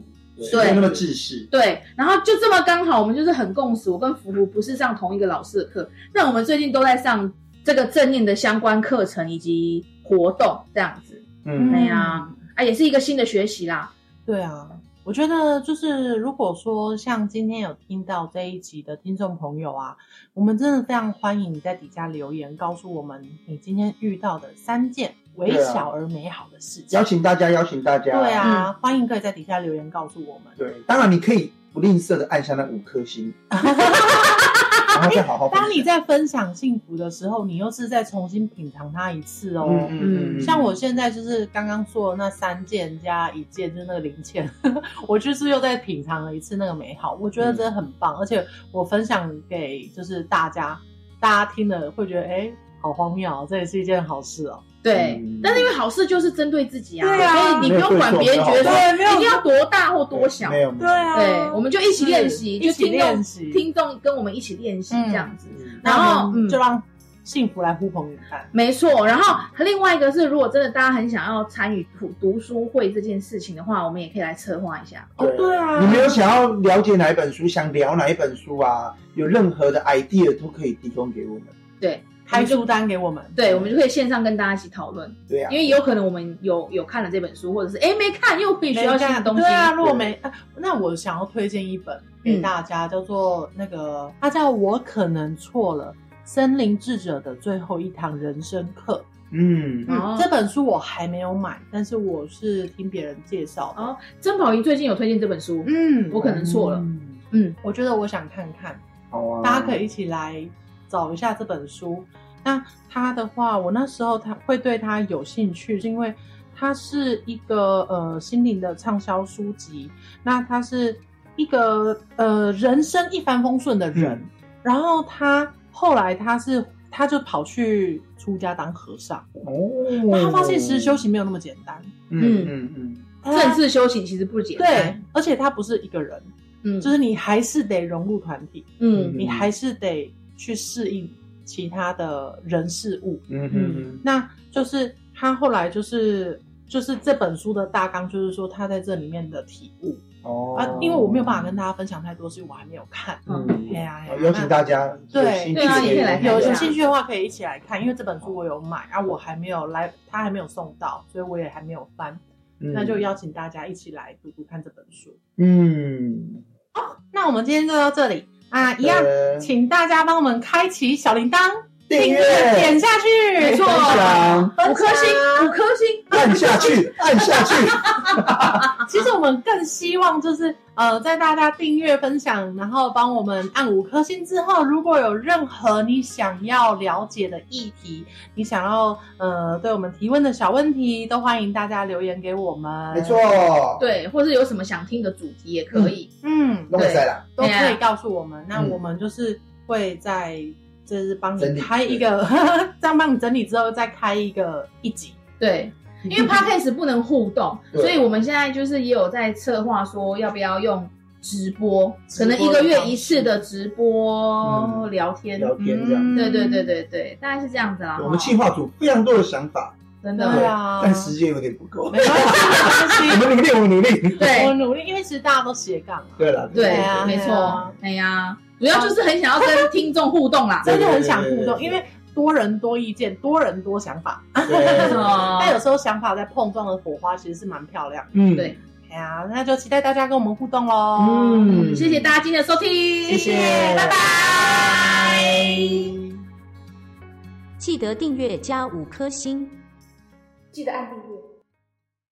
[SPEAKER 4] 对
[SPEAKER 1] 没有那么自私。
[SPEAKER 4] 对，然后就这么刚好，我们就是很共识。我跟福福不是上同一个老师的课，但我们最近都在上这个正念的相关课程以及活动，这样子
[SPEAKER 1] 嗯
[SPEAKER 4] 哎呀啊，也是一个新的学习啦。
[SPEAKER 2] 对啊，我觉得就是如果说像今天有听到这一集的听众朋友啊，我们真的非常欢迎你在底下留言，告诉我们你今天遇到的三件微
[SPEAKER 1] 对啊
[SPEAKER 2] 小而美好的事情
[SPEAKER 1] 邀。请大嗯家，邀请大家。
[SPEAKER 2] 对啊，欢迎可以在底下留言告诉我们。
[SPEAKER 1] 对，当然你可以不吝啬的按下那五颗 星，然后再好好分享。
[SPEAKER 2] 哎当你在分享幸福的时候，你又是再重新品尝它一次哦。
[SPEAKER 1] 嗯嗯嗯，
[SPEAKER 2] 像我现在就是刚刚做的那三件加一件，就是那个零件， 我就是又在品尝了一次那个美好，我觉得
[SPEAKER 4] 嗯
[SPEAKER 2] 真的很棒，而且我分享给就是大家，大家听了会觉得哎、诶好荒谬哦，这也是一件好事哦。
[SPEAKER 4] 对，
[SPEAKER 1] 嗯
[SPEAKER 4] 但是因为好事就是针对自己啊，
[SPEAKER 2] 对啊
[SPEAKER 4] 所以你不用管别人觉得说
[SPEAKER 2] 对，没
[SPEAKER 4] 一定要多大或多小
[SPEAKER 1] 没。有没有
[SPEAKER 2] 啊
[SPEAKER 4] 对，我们就一起练习，
[SPEAKER 2] 嗯一
[SPEAKER 4] 就
[SPEAKER 2] 起
[SPEAKER 4] 听众
[SPEAKER 2] 练习，
[SPEAKER 4] 听众跟我们一起练习这样子。
[SPEAKER 1] 嗯
[SPEAKER 2] 然后、
[SPEAKER 4] 嗯
[SPEAKER 2] 就让幸福来呼朋引伴。
[SPEAKER 4] 没错，然后另外一个是，如果真的大家很想要参与读读书会这件事情的话，我们也可以来策划一下。
[SPEAKER 2] 哦，对啊，
[SPEAKER 1] 你没有想要了解哪一本书，想聊哪一本书啊？有任何的 idea 都可以提供给我们。
[SPEAKER 4] 对，
[SPEAKER 2] 开书单给我们，
[SPEAKER 4] 对，我们就可以线上跟大家一起讨论，
[SPEAKER 2] 嗯
[SPEAKER 1] 对啊
[SPEAKER 4] 因，为有可能我们有有看了这本书，或者是哎没看又可以学到
[SPEAKER 2] 没
[SPEAKER 4] 新
[SPEAKER 2] 干
[SPEAKER 4] 的东西。嗯
[SPEAKER 2] 对啊，如果没，啊那我想要推荐一本给大家，叫做那个，它叫我可能错了。森林智者的最后一堂人生课，
[SPEAKER 1] 嗯，
[SPEAKER 4] 哦
[SPEAKER 2] 这本书我还没有买，但是我是听别人介绍的。
[SPEAKER 4] 哦，曾宝仪最近有推荐这本书，
[SPEAKER 2] 嗯
[SPEAKER 4] 我可能错了。
[SPEAKER 2] 嗯
[SPEAKER 4] 嗯
[SPEAKER 2] 我觉得我想看看，
[SPEAKER 1] 好啊，
[SPEAKER 2] 大家可以一起来找一下这本书。那他的话，我那时候他会对他有兴趣，是因为他是一个呃心灵的畅销书籍，那他是一个呃人生一帆风顺的人，
[SPEAKER 1] 嗯
[SPEAKER 2] 然后他后来他是他就跑去出家当和尚，
[SPEAKER 1] 哦，
[SPEAKER 2] 那他发现其实修行没有那么简单，
[SPEAKER 1] 嗯嗯嗯，
[SPEAKER 4] 正式修行其实不简
[SPEAKER 2] 对
[SPEAKER 4] 单，，
[SPEAKER 2] 而且他不是一个人，
[SPEAKER 4] 嗯
[SPEAKER 2] 就是你还是得融入团体，
[SPEAKER 4] 嗯
[SPEAKER 2] 你还是得去适应其他的人事物。
[SPEAKER 1] 嗯嗯
[SPEAKER 2] 那就是他后来就是就是这本书的大纲，就是说他在这里面的体悟、
[SPEAKER 1] 嗯，哦
[SPEAKER 2] 啊，因为我没有办法跟大家分享太多，是因为我还没有看。
[SPEAKER 1] 嗯，
[SPEAKER 2] 哎呀哎呀
[SPEAKER 1] 邀请大家
[SPEAKER 2] 对
[SPEAKER 1] 有兴趣的
[SPEAKER 4] 对啊你可以来看
[SPEAKER 2] 有
[SPEAKER 4] 一下
[SPEAKER 2] 有兴趣的话可以一起来看，因为这本书我有买，啊，我还没有来，他还没有送到，所以我也还没有翻。
[SPEAKER 1] 嗯
[SPEAKER 2] 那就邀请大家一起来读读看这本书。
[SPEAKER 1] 嗯，
[SPEAKER 2] 那我们今天就到这里啊，一样，
[SPEAKER 1] 呃
[SPEAKER 2] 请大家帮我们开启小铃铛，
[SPEAKER 1] 订阅哎
[SPEAKER 2] 点下去，
[SPEAKER 4] 没错
[SPEAKER 1] 分享
[SPEAKER 4] 五颗星，五颗星，
[SPEAKER 1] 按下去， 按下去，
[SPEAKER 2] 其实我们更希望就是呃，在大家订阅、分享，然后帮我们按五颗星之后，如果有任何你想要了解的议题，你想要呃对我们提问的小问题，都欢迎大家留言给我们。
[SPEAKER 1] 没错，，
[SPEAKER 4] 对，或是有什么想听的主题也可以，
[SPEAKER 2] 嗯，
[SPEAKER 1] 弄在啦，
[SPEAKER 2] 都可
[SPEAKER 4] 对
[SPEAKER 2] 以
[SPEAKER 4] 啊
[SPEAKER 2] 告诉我们，那
[SPEAKER 1] 嗯
[SPEAKER 2] 我们就是会在就是帮
[SPEAKER 1] 整
[SPEAKER 2] 你
[SPEAKER 1] 理
[SPEAKER 2] 开一个， 这样帮你整理之后再开一个一集。
[SPEAKER 4] 对，因为 podcast 不能互动，
[SPEAKER 1] 对
[SPEAKER 4] 所以我们现在就是也有在策划说要不要用直播，
[SPEAKER 2] 直
[SPEAKER 4] 可
[SPEAKER 2] 播的
[SPEAKER 4] 能一个月一次的直播
[SPEAKER 1] 嗯
[SPEAKER 4] 聊天。
[SPEAKER 1] 聊天这
[SPEAKER 2] 嗯
[SPEAKER 1] 样。
[SPEAKER 4] 对对对对对，大概是这样子啦。
[SPEAKER 1] 我们
[SPEAKER 4] 齁
[SPEAKER 1] 计划组非常多的想法，
[SPEAKER 4] 真
[SPEAKER 2] 对
[SPEAKER 4] 的
[SPEAKER 2] 啊
[SPEAKER 1] 但时间有点不够，
[SPEAKER 2] 没关系，没
[SPEAKER 1] 我们
[SPEAKER 2] 关
[SPEAKER 1] 努力，我们努力。
[SPEAKER 2] 系，我
[SPEAKER 4] 对
[SPEAKER 2] 努力，因为其实大家都斜杠啊。
[SPEAKER 1] 对了，
[SPEAKER 4] 对
[SPEAKER 2] 啊，
[SPEAKER 4] 没
[SPEAKER 2] 对啊
[SPEAKER 4] 错，哎呀，主要就是很想要跟听众互 动啦。
[SPEAKER 2] 真的很想互
[SPEAKER 1] 对对对
[SPEAKER 2] 动，
[SPEAKER 1] 对
[SPEAKER 2] 因为多人多意见，多人多想法。
[SPEAKER 4] 没
[SPEAKER 1] 对，
[SPEAKER 4] 错
[SPEAKER 2] 但有时候想法在碰撞的火花，其实是蛮漂亮的。
[SPEAKER 1] 嗯，
[SPEAKER 4] 对，
[SPEAKER 2] 哎呀，那就期待大家跟我们互动喽。
[SPEAKER 1] 嗯，
[SPEAKER 4] 谢谢大家今天的收听，
[SPEAKER 1] 谢谢
[SPEAKER 4] 拜拜。
[SPEAKER 5] 记得订阅加五颗星。
[SPEAKER 6] 记得按订阅。